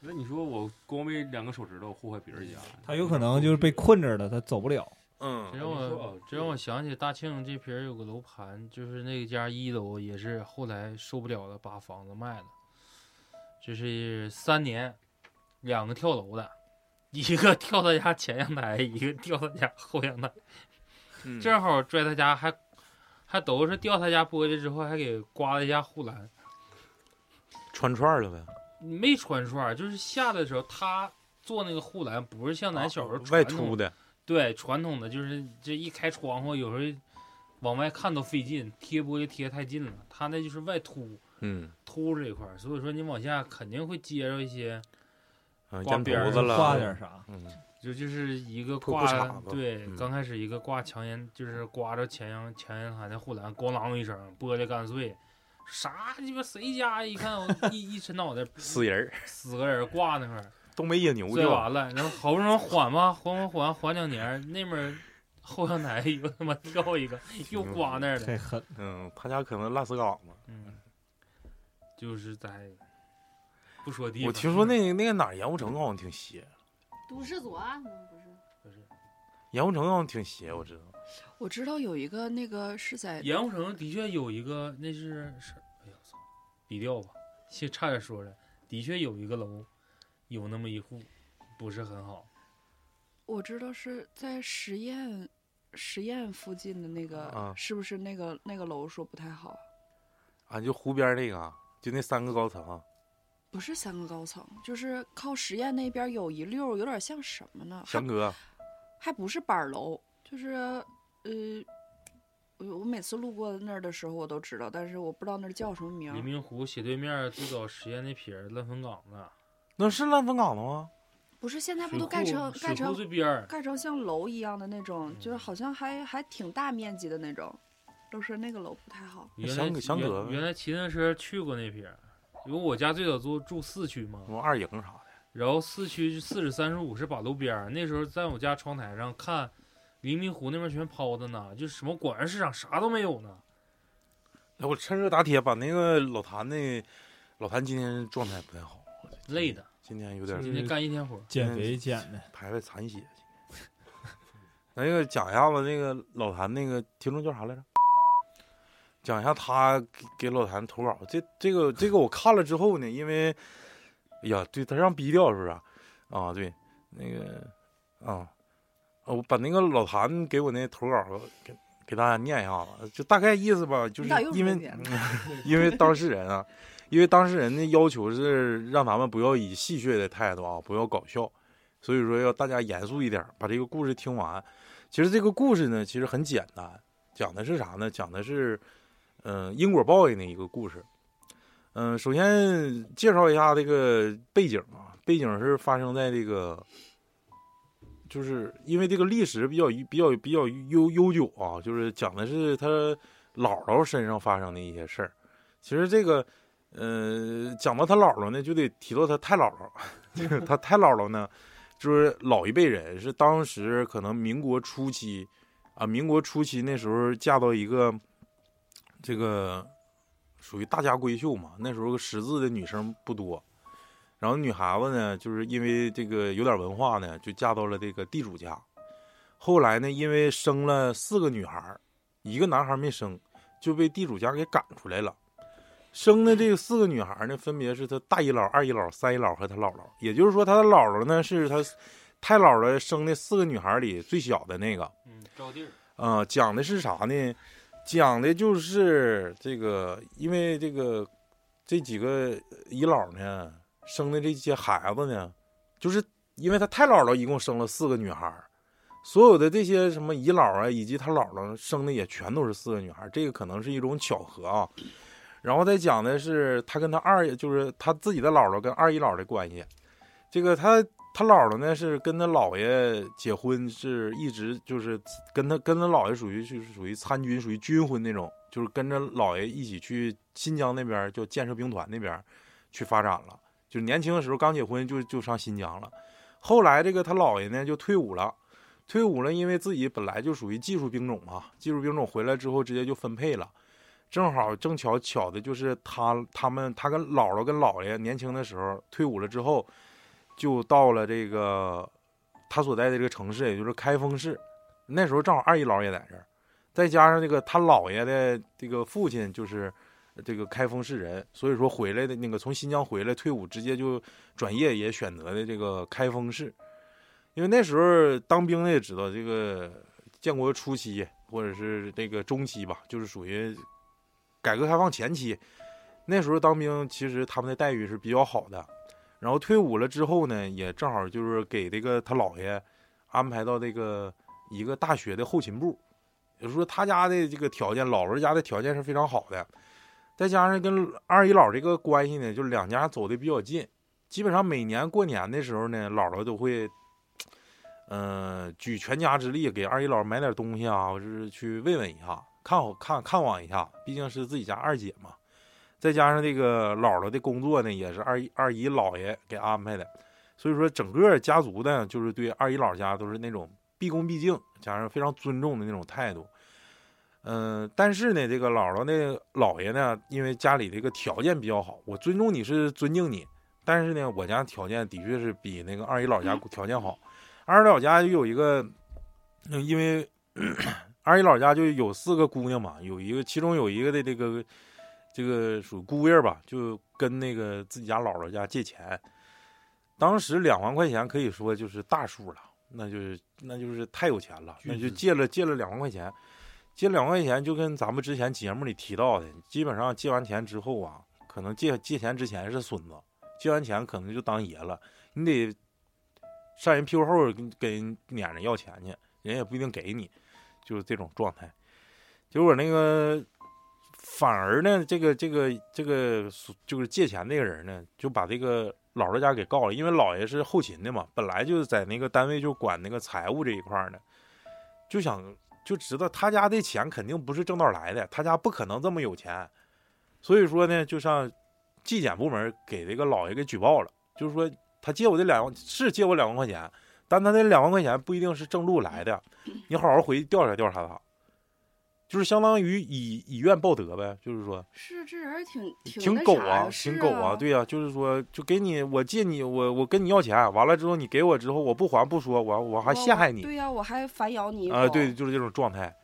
那你说我光为两个手指头祸害别人家，他有可能就是被困着了，他走不了。这嗯，让你说我啊这让我想起大庆这皮儿有个楼盘，就是那家一楼也是后来受不了了，把房子卖了，就是三年，两个跳楼的，一个跳他家前阳台，一个跳他家后阳台。嗯正好拽他家还还都是掉他家玻璃之后，还给刮了一下护栏，串串儿了呗。没穿串儿，就是下的时候他做那个护栏不是像咱小时啊候外传统出的，对传统的，就是这一开窗户有时候往外看都费劲，贴玻璃贴太近了，他那就是外凸嗯，凸这一块儿，所以说你往下肯定会接着一些，啊，挂烟边头儿子上了，画点啥？嗯，就就是一个破挂裤衩子对，嗯刚开始一个挂强烟，就是刮着前阳前阳台的护栏，咣啷一声，玻璃干碎。啥鸡巴谁家一看我 一一抻脑袋死人儿，死个人挂那块儿，东北野牛摔叫，完了，然后好不容易缓吧，缓缓缓缓两年，那边儿后阳台又他妈掉一个， 又刮那儿了。太狠了，嗯，他家可能烂死岗子。嗯，就是在不说地方。我听说那那个哪儿盐湖城好像挺邪，都市左岸吗？不是，不是盐湖城好像挺邪，我知道。我知道有一个那个是在盐湖城的确有一个，那是是，哎呦我操，低调吧，其实差点说了，的确有一个楼，有那么一户，不是很好。我知道是在实验实验附近的那个，啊是不是那个那个楼说不太好？啊，就湖边儿那个啊，就那三个高层，不是三个高层，就是靠实验那边有一溜儿，有点像什么呢？还翔 哥，还不是板楼，就是呃，我我每次路过那儿的时候我都知道，但是我不知道那儿叫什么名黎儿。明湖斜对面最早实验那撇儿乱坟岗子，那是烂坟岗子吗？不是现在不水都库盖成盖水库成这边儿，盖成像楼一样的那种，就是嗯好像还还挺大面积的那种，都是那个楼不太好。原来相隔相隔原嗯呗原来骑自行车去过那撇儿，因为我家最早住住四区嘛什，嗯么二营啥的？然后四区四十三十五是把路边儿，那时候在我家窗台上看黎明湖那边全抛的呢，就什么广元市场啥都没有呢。哎，我趁热打铁把那个老谭那老谭今天状态不太好，累的，今天有点嗯今天干一天活儿，减肥减的，嗯排排残血。今天 那个讲一下子那个老谭那个听众叫啥来着？讲一下他给给老谭投稿，这这个这个我看了之后呢，因为，哎呀，对他让逼掉是不是啊？啊，对，那个啊，啊我把那个老谭给我那投稿给给大家念一下子，就大概意思吧，就是你咋又因为重点了 因为当事人啊，因为当事人的要求是让咱们不要以戏谑的态度啊，不要搞笑，所以说要大家严肃一点，把这个故事听完。其实这个故事呢，其实很简单，讲的是啥呢？讲的是，嗯、因果报应的一个故事。嗯、首先介绍一下这个背景啊，背景是发生在这个，就是因为这个历史比较比较比较悠悠久啊，就是讲的是他姥姥身上发生的一些事儿。其实这个，呃，讲到他姥姥呢，就得提到他太姥姥， 就是他太姥姥呢，就是老一辈人是当时可能民国初期啊，民国初期那时候嫁到一个这个属于大家闺秀嘛，那时候识字的女生不多。然后女孩子呢，就是因为这个有点文化呢，就嫁到了这个地主家。后来呢，因为生了四个女孩儿，一个男孩儿没生，就被地主家给赶出来了。生的这四个女孩儿呢，分别是她大姨姥、二姨姥、三姨姥和她姥姥。也就是说，她的姥姥呢是她太姥姥生的四个女孩儿里最小的那个。嗯，招地儿，啊、讲的是啥呢？讲的就是这个，因为这个这几个姨姥呢生的这些孩子呢，就是因为她太姥姥一共生了四个女孩儿，所有的这些什么姨姥啊，以及她姥姥生的也全都是四个女孩儿，这个可能是一种巧合啊。然后再讲的是她跟她二，就是她自己的姥姥跟二姨姥的关系。这个她她姥姥呢是跟她姥爷结婚，是一直就是跟他跟他姥爷属于就是属于参军，属于军婚那种，就是跟着姥爷一起去新疆那边儿叫建设兵团那边儿去发展了。就是年轻的时候刚结婚就就上新疆了，后来这个他姥爷呢就退伍了，退伍了，因为自己本来就属于技术兵种嘛，技术兵种回来之后直接就分配了。正好正巧巧的就是他他们他跟姥姥跟姥爷年轻的时候退伍了之后，就到了这个他所在的这个城市，也就是开封市。那时候正好二姨姥也在这儿，再加上这个他姥爷的这个父亲就是这个开封市人，所以说回来的那个从新疆回来退伍，直接就转业也选择的这个开封市，因为那时候当兵的也知道，这个建国初期或者是这个中期吧，就是属于改革开放前期，那时候当兵其实他们的待遇是比较好的，然后退伍了之后呢，也正好就是给这个他姥爷安排到这个。一个大学的后勤部，也就是说他家的这个条件，姥姥家的条件是非常好的，再加上跟二姨姥这个关系呢，就两家走的比较近，基本上每年过年的时候呢，姥姥都会，嗯、举全家之力给二姨姥买点东西啊，就是去慰问一下，看好看看望一下，毕竟是自己家二姐嘛。再加上这个姥姥的工作呢，也是二姨二姨姥爷给安排的，所以说整个家族呢，就是对二姨姥家都是那种毕恭毕敬，加上非常尊重的那种态度。嗯、但是呢，这个姥姥呢，姥爷呢，因为家里这个条件比较好，我尊重你是尊敬你，但是呢，我家条件的确是比那个二姨老家条件好。二姨老家就有一个，嗯因为 二姨老家就有四个姑娘嘛，有一个，其中有一个的这个这个属姑爷吧，就跟那个自己家姥姥家借钱，当时两万块钱可以说就是大数了，那就是那就是太有钱了，那就巨资借了借了两万块钱，借两万块钱就跟咱们之前节目里提到的，基本上借完钱之后啊，可能借借钱之前是孙子，借完钱可能就当爷了，你得上人屁股后儿跟跟撵人要钱去，人也不一定给你，就是这种状态。结果那个反而呢，这个这个这个就是借钱那个人呢，就把这个姥姥家给告了，因为姥爷是后勤的嘛，本来就是在那个单位就管那个财务这一块儿的，就想就知道他家的钱肯定不是正道来的，他家不可能这么有钱，所以说呢，就上纪检部门给这个姥爷给举报了，就是说他借我这两万是借我两万块钱，但他那两万块钱不一定是正路来的，你好好回去调查调查他，就是相当于以以怨报德呗，就是说是这人挺挺那狗啥啊呀，挺是狗啊，对呀、就是说就给你我借你我我跟你要钱，啊完了之后你给我之后我不还不说，我我还我陷害你，对呀、我还反咬你一口啊、对，，就是这种状态。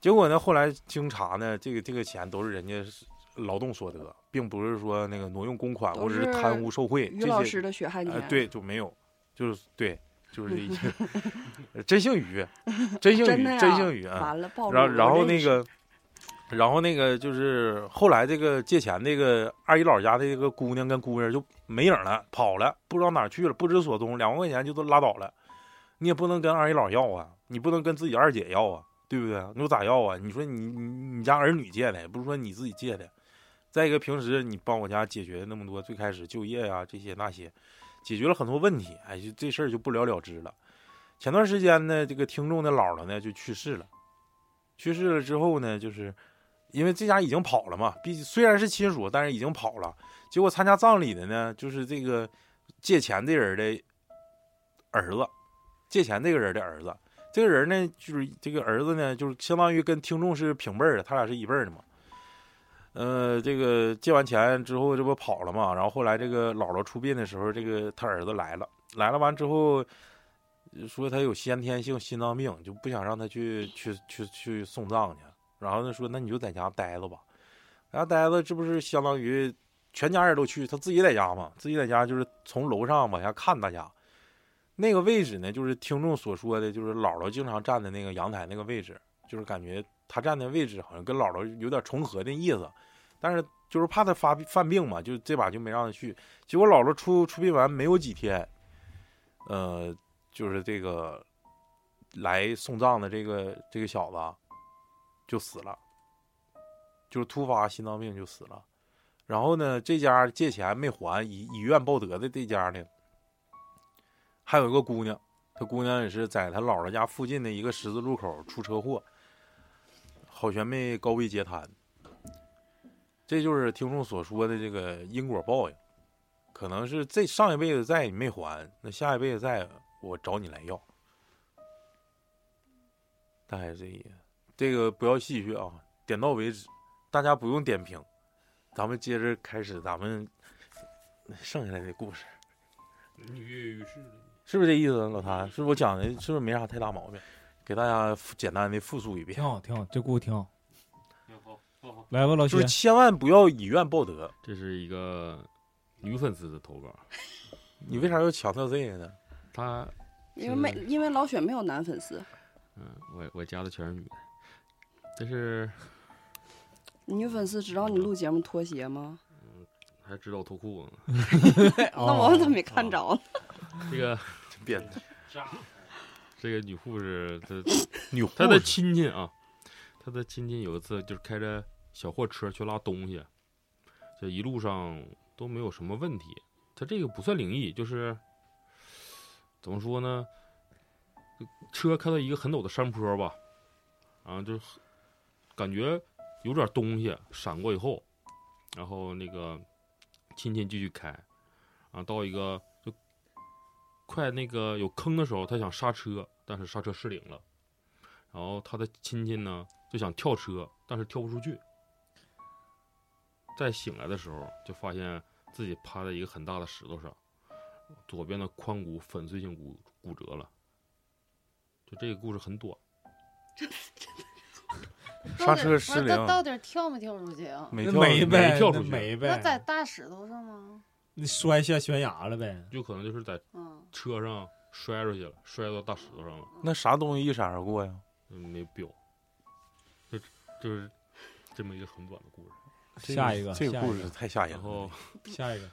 结果呢，后来经查呢，这个这个钱都是人家是劳动所得，并不是说那个挪用公款都或者是是贪污受贿于老这些。师的血汗啊、钱，对，就没有，就是对，就是这意思真姓于，真姓真于的，呀真姓于啊。完了暴露然后了然后我这那个，然后那个就是后来这个借钱那个二姨姥家的这个姑娘跟姑爷就没影儿了，跑了，不知道哪儿去了，不知所踪，两万块钱就都拉倒了。你也不能跟二姨姥要啊，你不能跟自己二姐要啊，对不对？你说咋要啊？你说你你你家儿女借的，也不是说你自己借的。再一个，平时你帮我家解决那么多，最开始就业呀、这些那些，解决了很多问题，哎，就这事儿就不了了之了。前段时间呢，这个听众的姥姥呢就去世了。去世了之后呢，就是因为这家已经跑了嘛，毕竟虽然是亲属，但是已经跑了。结果参加葬礼的呢，就是这个借钱这人的儿子，借钱这个人的儿子。这个人呢，就是这个儿子呢，就是相当于跟听众是平辈儿的，他俩是一辈儿的嘛。呃，这个借完钱之后，这不跑了嘛？然后后来这个姥姥出殡的时候，这个他儿子来了，来了完之后，说他有先天性心脏病，就不想让他去去去去送葬去。然后呢说，那你就在家待着吧，在家待着，这不是相当于全家人都去，他自己在家嘛，自己在家就是从楼上往下看大家。那个位置呢，就是听众所说的，就是姥姥经常站的那个阳台那个位置，就是感觉他站的位置好像跟姥姥有点重合的意思，但是就是怕他发犯病嘛，就这把就没让他去。结果姥姥出出殡完没有几天，呃，就是这个来送葬的这个这个小子啊就死了，就是突发心脏病就死了。然后呢，这家借钱没还，以以怨报德的这家呢，还有一个姑娘，她姑娘也是在她姥姥家附近的一个十字路口出车祸，好悬没高位截瘫。这就是听众所说的这个因果报应，可能是这上一辈子债你没还，那下一辈子债我找你来要。大概是这意思，这个不要戏谑啊，点到为止，大家不用点评，咱们接着开始咱们剩下来的故事，你跃跃欲试了。是不是这意思啊，老谭？是不是我讲的，是不是没啥太大毛病？给大家复简单的复述一遍挺，好，挺好，这故事挺好。挺好，好好。来吧，老就薛是，千万不要以怨报德。这是一个女粉丝的投稿，你为啥要强调这个呢？她因为没是因为老雪没有男粉丝，嗯，我我加的全是女的，这是女粉丝知道你录节目脱鞋吗？还知道我脱裤子呢。哎 那哦我咋没看着呢？ 这个真变态，这个女护士，她女护她的士亲戚啊，她的亲戚有一次就是开着小货车去拉东西，这一路上都没有什么问题。她这个不算灵异，就是怎么说呢？车开到一个很陡的山坡吧，啊，就是感觉有点东西闪过以后，然后那个亲戚继续开，啊，到一个就快那个有坑的时候，他想刹车，但是刹车失灵了。然后他的亲戚呢就想跳车，但是跳不出去。再醒来的时候，就发现自己趴在一个很大的石头上，左边的髋骨粉碎性骨骨折了。就这个故事很短，刹车失灵嗯到底到底跳没跳出去啊？没那跳没呗，跳那出去没那在呗，大石头上吗？你摔下悬崖了呗。就可能就是在嗯，车上摔出去了，摔到大石头上了，那啥东西一闪而过呀？嗯没标。就就是这么一个很短的故事。这下一个，这个下故一事个，太吓人然后了，下一个，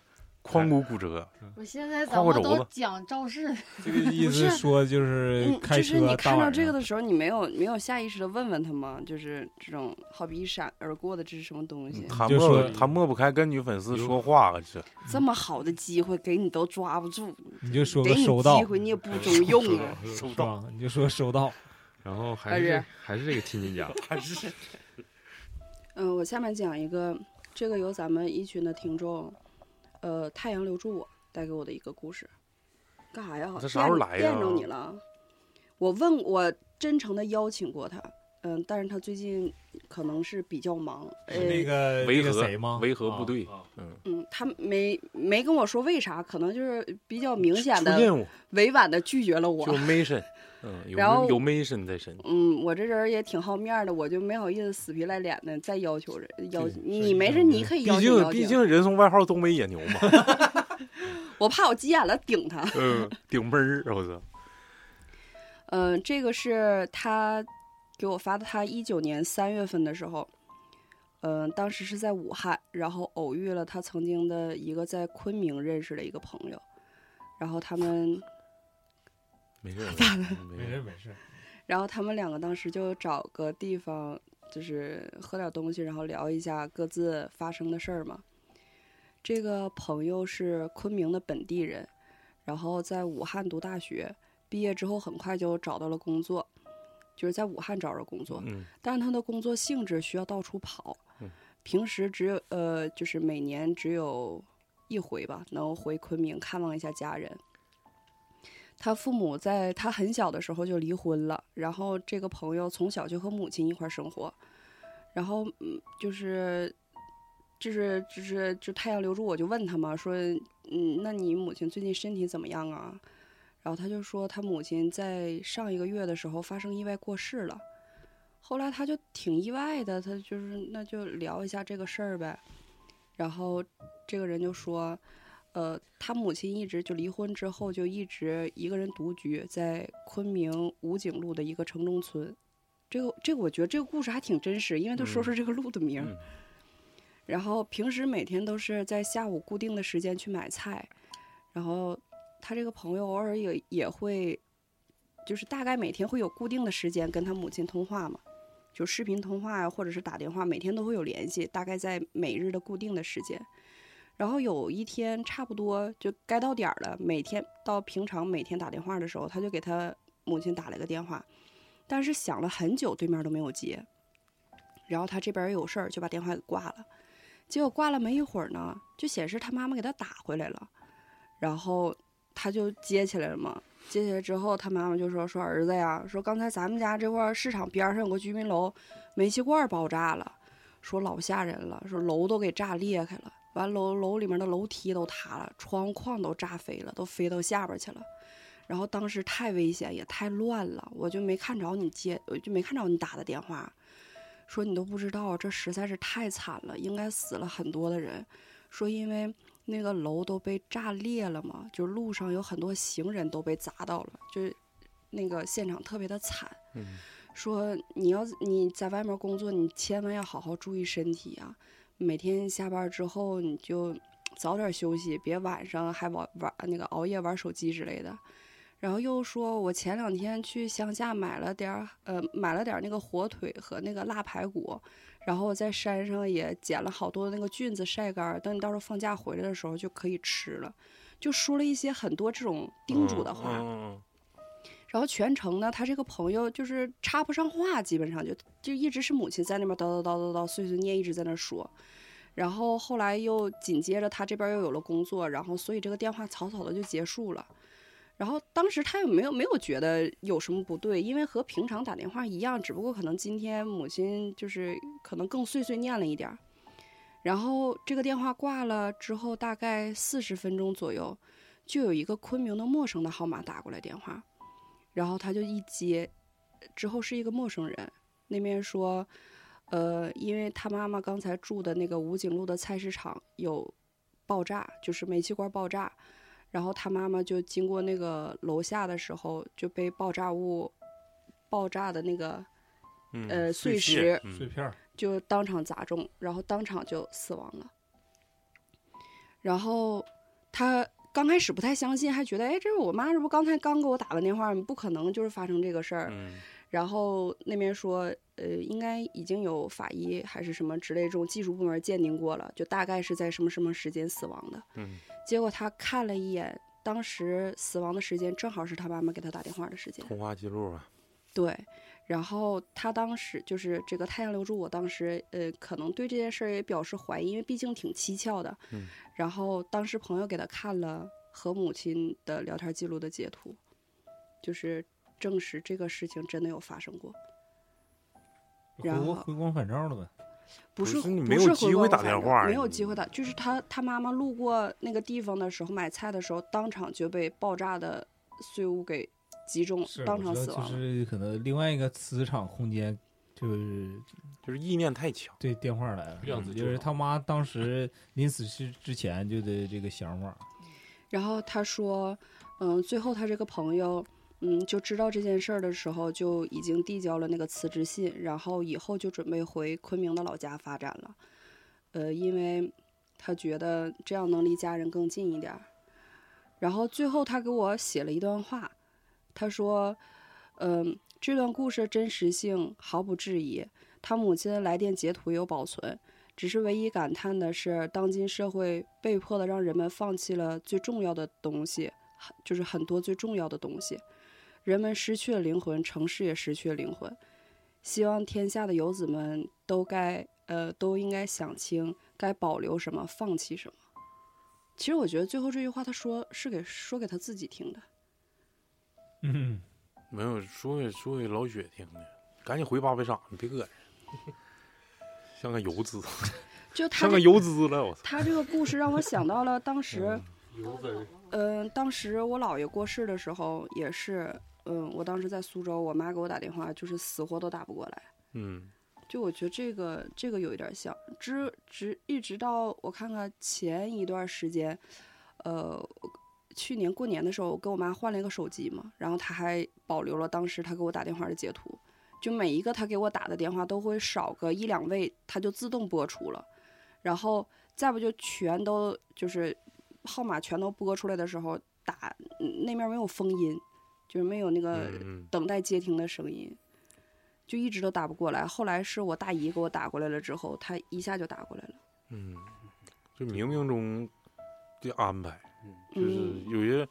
髋骨骨折，我现在胯骨咱嗯们轴都子讲肇事，这个意不思是说就是嗯，呃开就是车你大看到晚这个上的时候，你没有没有下意识的问问他吗？就是这种好比一闪而过的，这是什么东西？他就抹说他抹不开跟女粉丝说话，我去，这么好的机会给你都抓不住，你就说给个你收到机，会你也不中用 啊！收是吧？你就说收到，然后还是这还是这个亲戚家，还是嗯，我下面讲一个，这个由咱们一群的听众，呃，太阳留住我带给我的一个故事。干啥呀？这啥时候来呀电着你了。我问，我真诚的邀请过他，嗯，但是他最近可能是比较忙，呃，那个维那个和谁吗？维和部啊队嗯，他没没跟我说为啥，可能就是比较明显出的、任务委婉的拒绝了就我。 mission，嗯，有然后有 mission 在身，嗯，我这人儿也挺好面儿的，我就没好意思死皮赖脸的再要求人要对是你没事，你可以毕要求竟要毕求，竟人送外号东北野牛嘛，我怕我急眼了顶他。 嗯，顶倍儿，我操，嗯，这个是他给我发的，他一九年三月份的时候，嗯，当时是在武汉，然后偶遇了他曾经的一个在昆明认识的一个朋友，然后他们没事儿，没没事事儿，没事，然后他们两个当时就找个地方，就是喝点东西，然后聊一下各自发生的事儿嘛。这个朋友是昆明的本地人，然后在武汉读大学，毕业之后很快就找到了工作，就是在武汉找着工作。嗯，但是他的工作性质需要到处跑，嗯平时只有呃，就是每年只有一回吧，能回昆明看望一下家人。他父母在他很小的时候就离婚了，然后这个朋友从小就和母亲一块儿生活，然后嗯，就是就是就是就太阳留住我就问他嘛，说嗯，那你母亲最近身体怎么样啊？然后他就说他母亲在上一个月的时候发生意外过世了。后来他就挺意外的，他就是那就聊一下这个事儿呗。然后这个人就说，呃，他母亲一直就离婚之后就一直一个人独居在昆明武警路的一个城中村。这个这个，我觉得这个故事还挺真实，因为他说嗯出这个路的名儿。嗯然后平时每天都是在下午固定的时间去买菜，然后他这个朋友偶尔也也会，就是大概每天会有固定的时间跟他母亲通话嘛，就视频通话呀，或者是打电话，每天都会有联系，大概在每日的固定的时间。然后有一天差不多就该到点儿了，每天到平常每天打电话的时候，他就给他母亲打了个电话，但是响了很久，对面都没有接。然后他这边儿有事儿，就把电话给挂了。结果挂了没一会儿呢，就显示他妈妈给他打回来了，然后他就接起来了嘛。接起来之后，他妈妈就说：“说儿子呀，说刚才咱们家这块儿市场边儿上有个居民楼，煤气罐儿爆炸了，说老吓人了，说楼都给炸裂开了，完楼楼里面的楼梯都塌了，窗框都炸飞了，都飞到下边儿去了。然后当时太危险也太乱了，我就没看着你接，我就没看着你打的电话。”说你都不知道，这实在是太惨了，应该死了很多的人。说因为那个楼都被炸裂了嘛，就路上有很多行人都被砸到了，就是那个现场特别的惨。嗯说你要你在外面工作，你千万要好好注意身体啊！每天下班之后你就早点休息，别晚上还玩玩那个熬夜玩手机之类的。然后又说，我前两天去乡下买了点儿，呃，买了点儿那个火腿和那个腊排骨，然后我在山上也捡了好多那个菌子晒干儿，等你到时候放假回来的时候就可以吃了。就说了一些很多这种叮嘱的话，嗯然后全程呢，他这个朋友就是插不上话，基本上就就一直是母亲在那边叨叨叨叨叨碎碎念，一直在那说。然后后来又紧接着他这边又有了工作，然后所以这个电话草草的就结束了。然后当时他也没有没有觉得有什么不对，因为和平常打电话一样，只不过可能今天母亲就是可能更碎碎念了一点儿。然后这个电话挂了之后，大概四十分钟左右，就有一个昆明的陌生的号码打过来电话，然后他就一接，之后是一个陌生人，那边说，呃，因为他妈妈刚才住的那个武警路的菜市场有爆炸，就是煤气罐爆炸，然后他妈妈就经过那个楼下的时候就被爆炸物爆炸的那个嗯呃碎屑石嗯碎片儿就当场砸中，然后当场就死亡了。然后他刚开始不太相信，还觉得哎，这是我妈，这不刚才刚给我打完电话吗？不可能就是发生这个事儿。嗯然后那边说，呃，应该已经有法医还是什么之类这种技术部门鉴定过了，就大概是在什么什么时间死亡的。嗯结果他看了一眼，当时死亡的时间正好是他妈妈给他打电话的时间。通话记录啊，对，然后他当时就是这个太阳留住我，当时呃，可能对这件事儿也表示怀疑，因为毕竟挺蹊跷的。嗯然后当时朋友给他看了和母亲的聊天记录的截图，就是证实这个事情真的有发生过。回然光后回光返照了呗？不是是你不没有是回机会光打返电照话没儿有机会打，就是他他妈妈路过那个地方的时候，买菜的时候，当场就被爆炸的碎物给击中，当场我知死道亡了。就是可能另外一个磁场空间，就是就是意念太强。对电话来了，量子嗯纠就是缠他妈当时 临死之之前就的这个想法，然后他说，嗯，最后他这个朋友，嗯，就知道这件事儿的时候，就已经递交了那个辞职信，然后以后就准备回昆明的老家发展了。呃，因为他觉得这样能离家人更近一点儿。然后最后他给我写了一段话，他说，嗯，这段故事真实性毫不质疑，他母亲的来电截图有保存。只是唯一感叹的是，当今社会被迫的让人们放弃了最重要的东西，很就是很多最重要的东西。人们失去了灵魂，城市也失去了灵魂。希望天下的游子们都该呃都应该想清该保留什么，放弃什么。其实我觉得最后这句话他说是给说给他自己听的。嗯，没有说给说给老雪听的，赶紧回八百场，你别搁这儿，像个游 资，就他像个这游资了，我操！他这个故事让我想到了当时。油滋儿，嗯，当时我姥爷过世的时候也是，嗯，我当时在苏州，我妈给我打电话，就是死活都打不过来。嗯，就我觉得这个这个有一点像，之直一直到我看看前一段时间，呃，去年过年的时候，我给我妈换了一个手机嘛，然后她还保留了当时她给我打电话的截图，就每一个她给我打的电话都会少个一两位，它就自动播出了，然后再不就全都就是号码全都播出来的时候打嗯那面没有封音，就是没有那个嗯嗯等待接听的声音。就一直都打不过来。后来是我大姨给我打过来了之后，她一下就打过来了。嗯，就冥冥中的安排，就是嗯，。有些，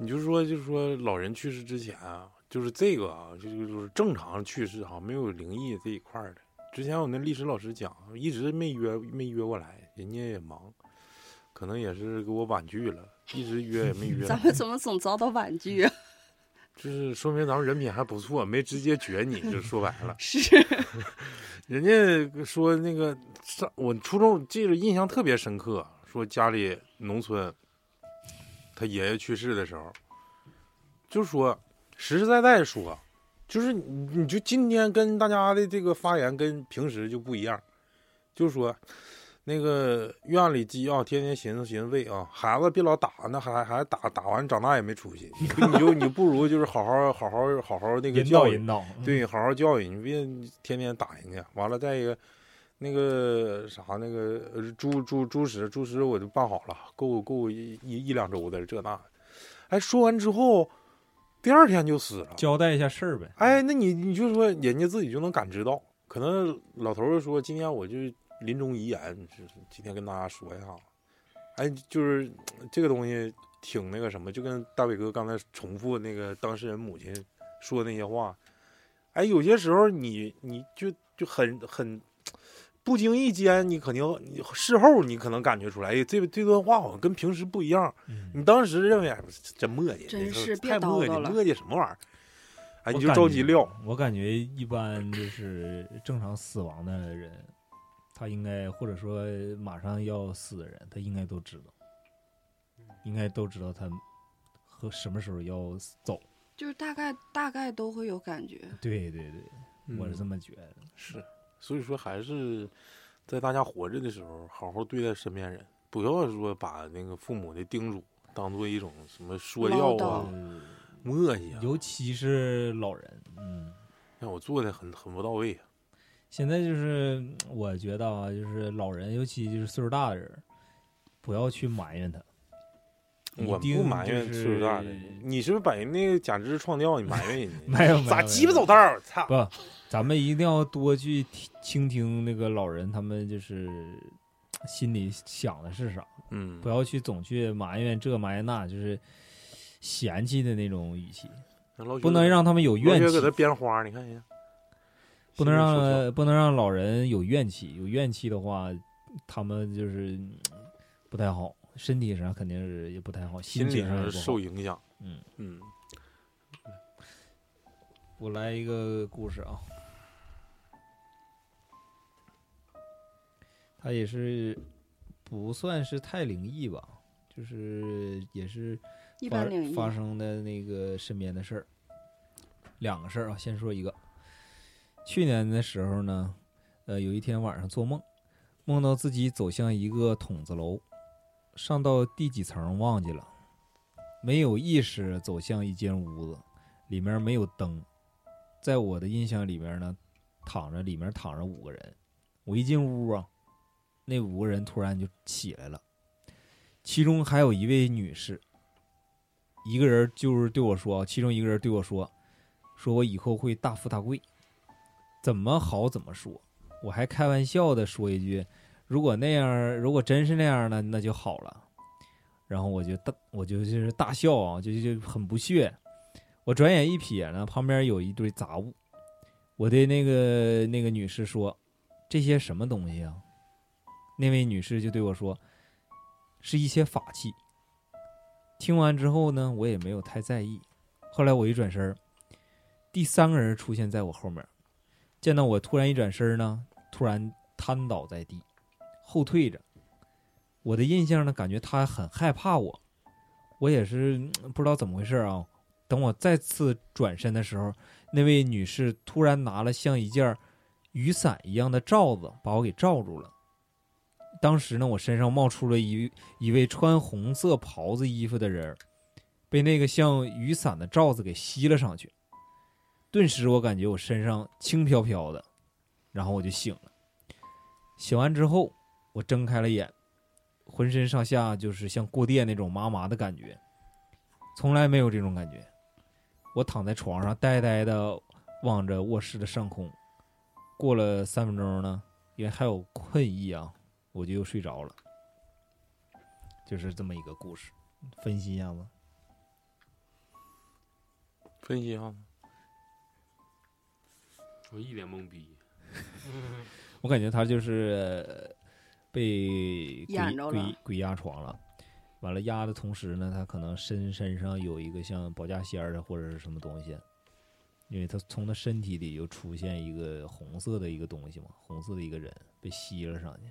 你就说就是说老人去世之前啊，就是这个啊，就就是正常去世哈、没有灵异这一块儿的。之前我那历史老师讲，啊一直没约没约过来，人家也忙，可能也是给我婉拒了，一直约也没约咱们怎么总遭到婉拒啊？。就是说明咱们人品还不错，没直接撅你，就说白了是，人家说那个上我初中记得印象特别深刻，说家里农村，他爷爷去世的时候，就说实实在在说，就是你你就今天跟大家的这个发言跟平时就不一样，就说那个院里鸡啊，天天寻思寻思喂啊，孩子别老打，那孩孩子打打完长大也没出息，你就你就你不如就是好好好好好好那个引导教育引导，嗯对，好好教育，你别天天打人家。完了，再一个，那个啥，那个呃猪猪猪食，猪食我就办好了，够够一一一两周的这那的。哎，说完之后，第二天就死了。交代一下事儿呗。哎，那你你就说人家自己就能感知到，可能老头儿说今天我就临终遗言，就是今天跟大家说一下，哎，就是这个东西挺那个什么，就跟大伟哥刚才重复那个当事人母亲说那些话，哎，有些时候你你就就很很不经意间你肯定你事后你可能感觉出来，哎，这这段话好像跟平时不一样。嗯你当时认为哎真磨叽，真这是别太磨叨叨叽，了磨叽什么玩意儿？哎，你我就感着急觉撂。。我感觉一般就是正常死亡的人，他应该或者说马上要死的人，他应该都知道，应该都知道他和什么时候要走。 就是大概大概都会有感觉。对对对，我是这么觉得。嗯是，所以说还是在大家活着的时候，好好对待身边人，不要说把那个父母的叮嘱当做一种什么说唠教叨啊、磨叽啊，尤其是老人，嗯，让我做的很很不到位啊。现在就是嗯我觉得啊，就是老人，尤其就是岁数大的人，不要去埋怨他。一我定不埋怨就岁数大的是人，你是不是把人那个假肢撞掉？你埋怨人家？ 没有没有咋没有鸡巴走道儿？操！不，咱们一定要多去听倾听那个老人，他们就是心里想的是啥，嗯不，要去总去埋怨这埋怨那，就是嫌弃的那种语气，那老不薛能让他们有怨老薛气搁，这编花儿，你看一下，不能心里说说让不能让老人有怨气，有怨气的话，他们就是嗯不太好，身体上肯定是也不太好，心心理情上也上不好受。影响。嗯嗯，我来一个故事啊，它也是不算是太灵异吧，就是也是一发般领域发生的那个身边的事儿，两个事儿啊，先说一个。去年的时候呢，呃，有一天晚上做梦，梦到自己走向一个筒子楼，上到第几层忘记了，没有意识走向一间屋子，里面没有灯，在我的印象里面呢，躺着里面躺着五个人，我一进屋啊，那五个人突然就起来了，其中还有一位女士，一个人就是对我说，其中一个人对我说，说我以后会大富大贵，怎么好怎么说，我还开玩笑的说一句，如果那样，如果真是那样呢，那就好了。然后我就大，我就就是大笑啊，就就就很不屑。我转眼一瞥呢，旁边有一堆杂物。我对那个那个女士说：“这些什么东西啊？”那位女士就对我说：“是一些法器。”听完之后呢，我也没有太在意。后来我一转身儿，第三个人出现在我后面儿，见到我突然一转身儿呢，突然瘫倒在地，后退着。我的印象呢，感觉他很害怕我，我也是嗯不知道怎么回事啊。等我再次转身的时候，那位女士突然拿了像一件雨伞一样的罩子，把我给罩住了。当时呢，我身上冒出了一一位穿红色袍子衣服的人儿，被那个像雨伞的罩子给吸了上去。顿时，我感觉我身上轻飘飘的，然后我就醒了。醒完之后，我睁开了眼，浑身上下就是像过电那种麻麻的感觉，从来没有这种感觉。我躺在床上呆呆的望着卧室的上空。过了三分钟呢，因为还有困意啊，我就又睡着了。就是这么一个故事，分析一下吗？分析哈，我一脸懵逼。我感觉他就是呃被鬼演着了鬼鬼压床了，完了压的同时呢，他可能身身上有一个像保家仙儿的或者是什么东西，因为他从他身体里又出现一个红色的一个东西嘛，红色的一个人被吸了上去。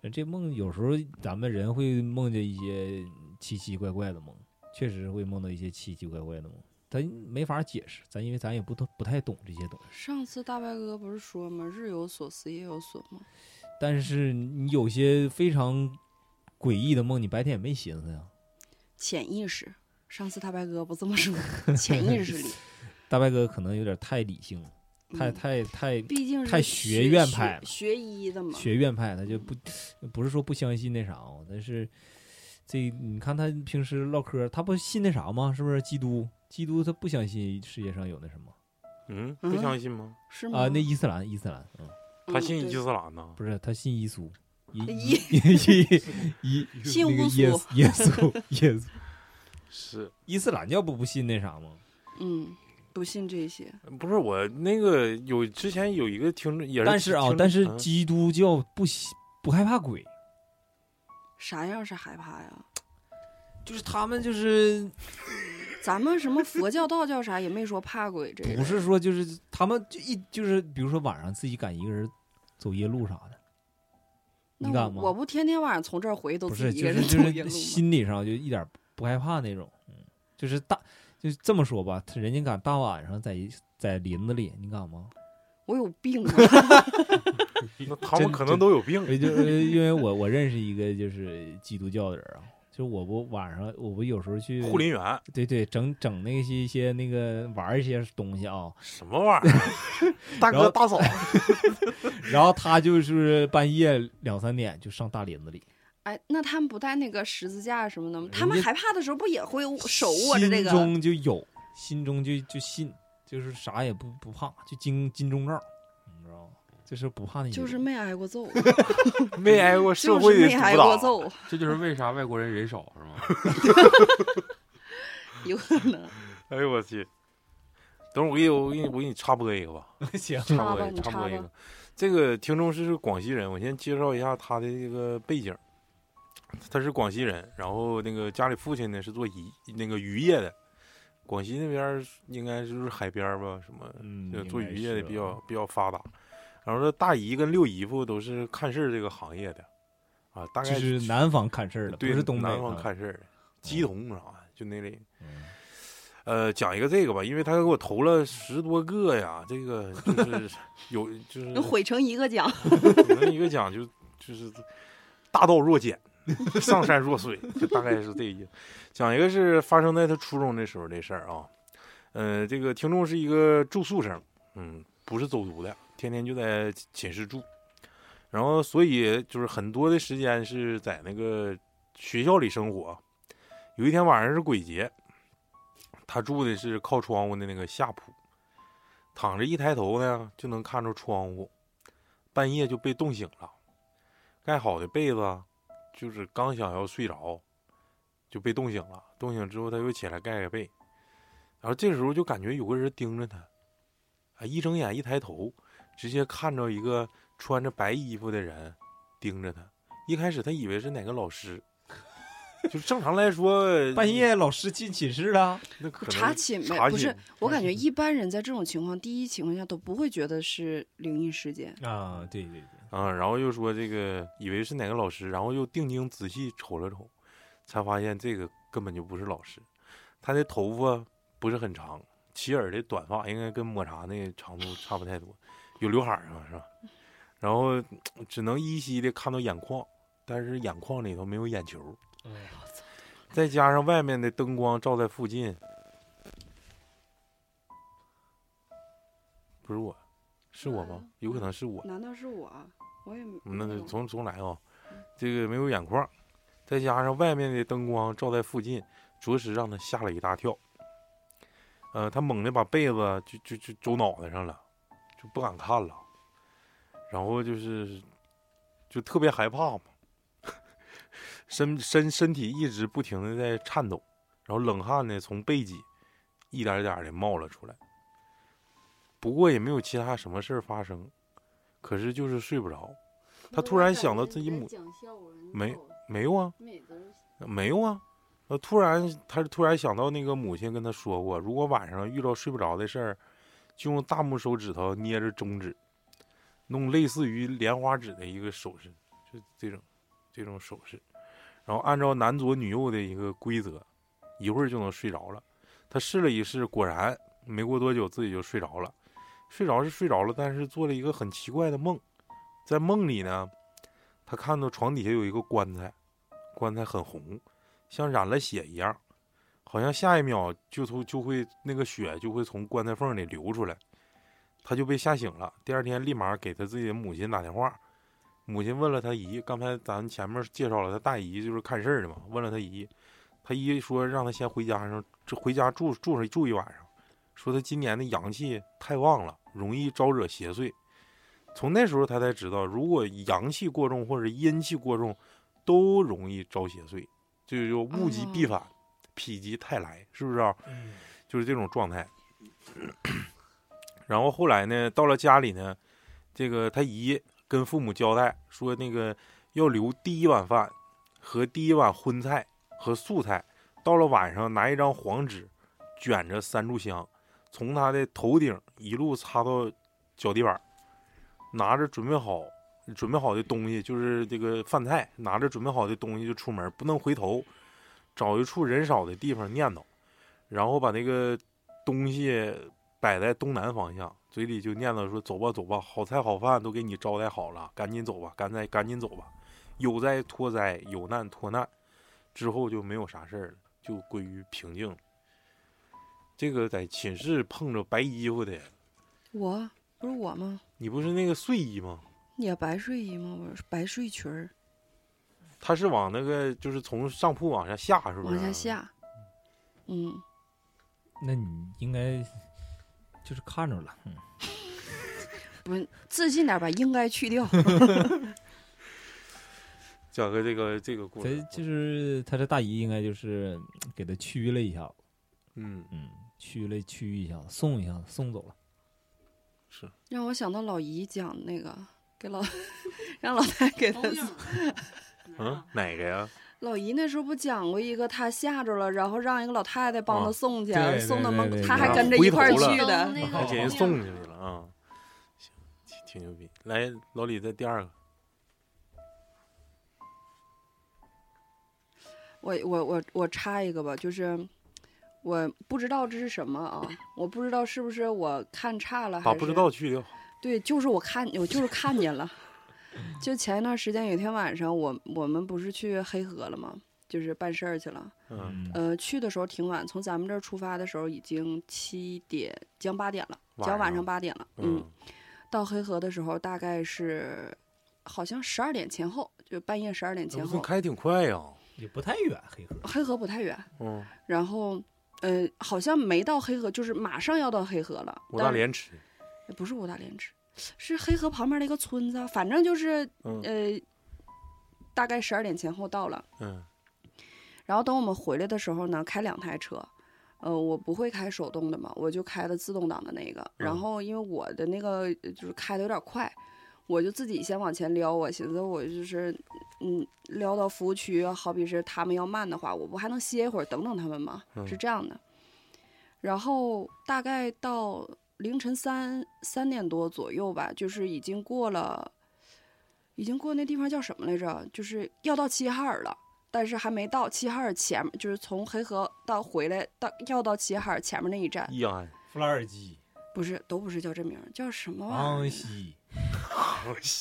呃这梦有时候咱们人会梦见一些奇奇怪怪的梦，确实会梦到一些奇奇怪怪的梦，咱没法解释，咱因为咱也不懂不太懂这些东西。上次大白哥不是说吗？日有所思，夜有所梦。但是你有些非常诡异的梦，你白天也没寻思呀。潜意识，上次大白哥不这么 说，潜意识里，大白哥可能有点太理性了，太嗯太太毕竟是太学院派了学学医的嘛，学院派，他就不不是说不相信那啥哦，但是这你看他平时唠嗑，他不信那啥吗？是不是基督？基督他不相信世界上有那什么嗯，不相信吗？是吗？啊？那伊斯兰，伊斯兰，嗯，他信嗯伊对斯兰呢？不是他信耶稣，耶耶耶耶 信那个乌耶苏耶稣耶稣，是，伊斯兰教不不信那啥吗？嗯，不信这些。不是我那个有之前有一个听众也是，但是啊听，但是嗯基督教不喜不害怕鬼，啥样是害怕呀？就是他们就是咱们什么佛教、道教啥也没说怕鬼这个。不是说就是他们就一就是比如说晚上自己敢一个人走夜路啥的，那你敢吗我？我不天天晚上从这儿回都不自是，己一就个是人就走夜是路吗心理上就一点不害怕那种，嗯，就是大就是这么说吧，他人家敢大晚上在在林子里，你敢吗？ 我有病啊！那他们可能都有病，也就呃因为我我认识一个就是基督教的人啊，就我不晚上我不有时候去护林员对对，整整那些一些那个玩儿一些东西啊，什么玩意儿？大然哥后大嫂，然后他就是半夜两三点就上大林子里，哎，那他们不带那个十字架什么的吗？家他们害怕的时候不也会握手握着这心个？中就有，心中就就信，就是啥也不不怕，就金金钟罩，你知道吗？就是不怕那些人，就是没挨 过揍， 没挨过社就是会的没挨过毒打，揍，这就是为啥外国人人少是吗？有可能。 哎呦我去！等会儿我给你我给你我给你插播一个吧， 行，插插吧播你插插播一吧个。这个听众是广西人，我先介绍一下他的这个背景。他是广西人，然后那个家里父亲呢是做渔那个渔业的，广西那边儿应该就是海边儿吧，什么嗯就，做应该渔业的是啊比较比较发达。然后他大姨跟六姨夫都是看事儿这个行业的，啊，大概就是南方看事儿的，不对是东北南方啊，看事儿的，鸡童啥的就那类。嗯呃，讲一个这个吧，因为他给我投了十多个呀，这个就是 有就是能毁成一个奖，可能一个讲就就是大道若简， 上善若水，就大概是这意思。讲一个是发生在他初中的时候的事儿啊，呃，这个听众是一个住宿生，嗯，不是走读的，天天就在寝室住，然后所以就是很多的时间是在那个学校里生活。有一天晚上是鬼节，他住的是靠窗户的那个下铺，躺着一抬头呢就能看着窗户，半夜就被冻醒了，盖好的被子，就是刚想要睡着，就被冻醒了。冻醒之后，他又起来盖盖被，然后这时候就感觉有个人盯着他，啊，一睁眼一抬头，直接看着一个穿着白衣服的人盯着他。一开始他以为是哪个老师， 就正常来说， 半夜老师进寝室啊了，那可能查寝呗。查不是寝，我感觉一般人在这种情况，第一情况下都不会觉得是灵异事件。啊，对对对，啊，然后又说这个以为是哪个老师，然后又定睛仔细瞅了瞅，才发现这个根本就不是老师，他的头发不是很长，齐耳的短发应该跟抹茶那长度差不太多，有刘海儿上是吧？然后只能依稀的看到眼眶，但是眼眶里头没有眼球，嗯再加上外面的灯光照在附近，不是我，是我吗？有可能是我。难道是我？啊我也没那没就有重重来啊、这个没有眼眶，再加上外面的灯光照在附近，着实让他吓了一大跳。呃，他猛地把被子就就就揪脑袋上了，就不敢看了，然后就是就特别害怕嘛，身身身体一直不停的在颤抖，然后冷汗呢从背脊一点点的冒了出来。不过也没有其他什么事儿发生，可是就是睡不着。他突然想到自己母讲笑话呢没没有啊，美滋儿没有啊。呃，突然他突然想到那个母亲跟他说过，如果晚上遇到睡不着的事儿，就用大拇手指头捏着中指，弄类似于莲花指的一个手势，就这种这种手势，然后按照男左女右的一个规则，一会儿就能睡着了。他试了一试，果然没过多久自己就睡着了。睡着是睡着了，但是做了一个很奇怪的梦，在梦里呢，他看到床底下有一个棺材，棺材很红，像染了血一样，好像下一秒就从就会那个血就会从棺材缝里流出来，他就被吓醒了。第二天立马给他自己的母亲打电话，母亲问了他姨，刚才咱前面介绍了他大姨就是看事儿的嘛，问了他姨，他姨说让他先回家上，这回家住住上住一晚上，说他今年的阳气太旺了，容易招惹邪祟。从那时候他才知道，如果阳气过重或者阴气过重，都容易招邪祟，就是说物极必反，否极泰来，是不是、啊？就是这种状态。 然后后来呢，到了家里呢，这个他姨跟父母交代说，那个要留第一碗饭和第一碗荤菜和素菜。到了晚上，拿一张黄纸卷着三炷香，从他的头顶一路擦到脚底板儿，拿着准备好准备好的东西，就是这个饭菜，拿着准备好的东西就出门，不能回头，找一处人少的地方念叨，然后把那个东西摆在东南方向，嘴里就念叨说：“走吧，走吧，好菜好饭都给你招待好了，赶紧走吧，赶紧赶紧走吧，有灾脱灾，有难脱难。”之后就没有啥事儿了，就归于平静了。这个在寝室碰着白衣服的，我不是我吗？你不是那个睡衣吗？也白睡衣吗？我是白睡裙儿，他是往那个就是从上铺往下下，是不是？啊往下下。嗯，那你应该就是看着了，嗯不是自信点吧，应该去掉。 讲个这个这个啊故他事，就是他这大姨应该就是嗯给他驱了一下子，嗯，嗯，驱了驱一下子，送一下子，送走了。是让我想到老姨讲那个，给老 让老太给哦他 啊嗯，哪个呀？老姨那时候不讲过一个，她吓着了，然后让一个老太太帮啊她送去，对对送到对门对口，对她还啊跟着回一块儿头了去的。嗯那还个给人送去了啊、行，挺挺牛逼。来，老李，再第二个，我我我我插一个吧，就是我不知道这是什么啊，我不知道是不是我看差了，还把是不知道去掉。对，就是我看我就是看见了。 就前一段时间有一天晚上，我我们不是去黑河了吗？就是办事儿去了。嗯，嗯，呃，去的时候挺晚，从咱们这儿出发的时候已经七点，将八点了，将晚晚上上八点了。嗯，嗯，到黑河的时候大概是好像十二点前后，就半夜十二点嗯那前不算后。开挺快呀、也不太远，黑河。黑河不太远，嗯，然后呃，好像没到黑河，就是马上要到黑河了。五大但连池，呃不是五大连池，是黑河旁边的一个村子，啊反正就是嗯呃，大概十二点前后到了。嗯然后等我们回来的时候呢，开两台车，呃，我不会开手动的嘛，我就开的自动挡的那个。然嗯后因为我的那个呃就是开的有点快，我就自己先往前撩，我寻思我就是嗯撩到服务区，好比是他们要慢的话，我不还能歇一会儿等等他们吗？是嗯这样的。然后大概到凌晨三三点多左右吧，就是已经过了，已经过那地方叫什么来着？就是要到齐齐哈尔了，但是还没到齐齐哈尔前面，就是从黑河到回来到要到齐齐哈尔前面那一站，易安，弗拉尔基、不是都不是叫这名儿，叫什么玩意儿昂呢？西，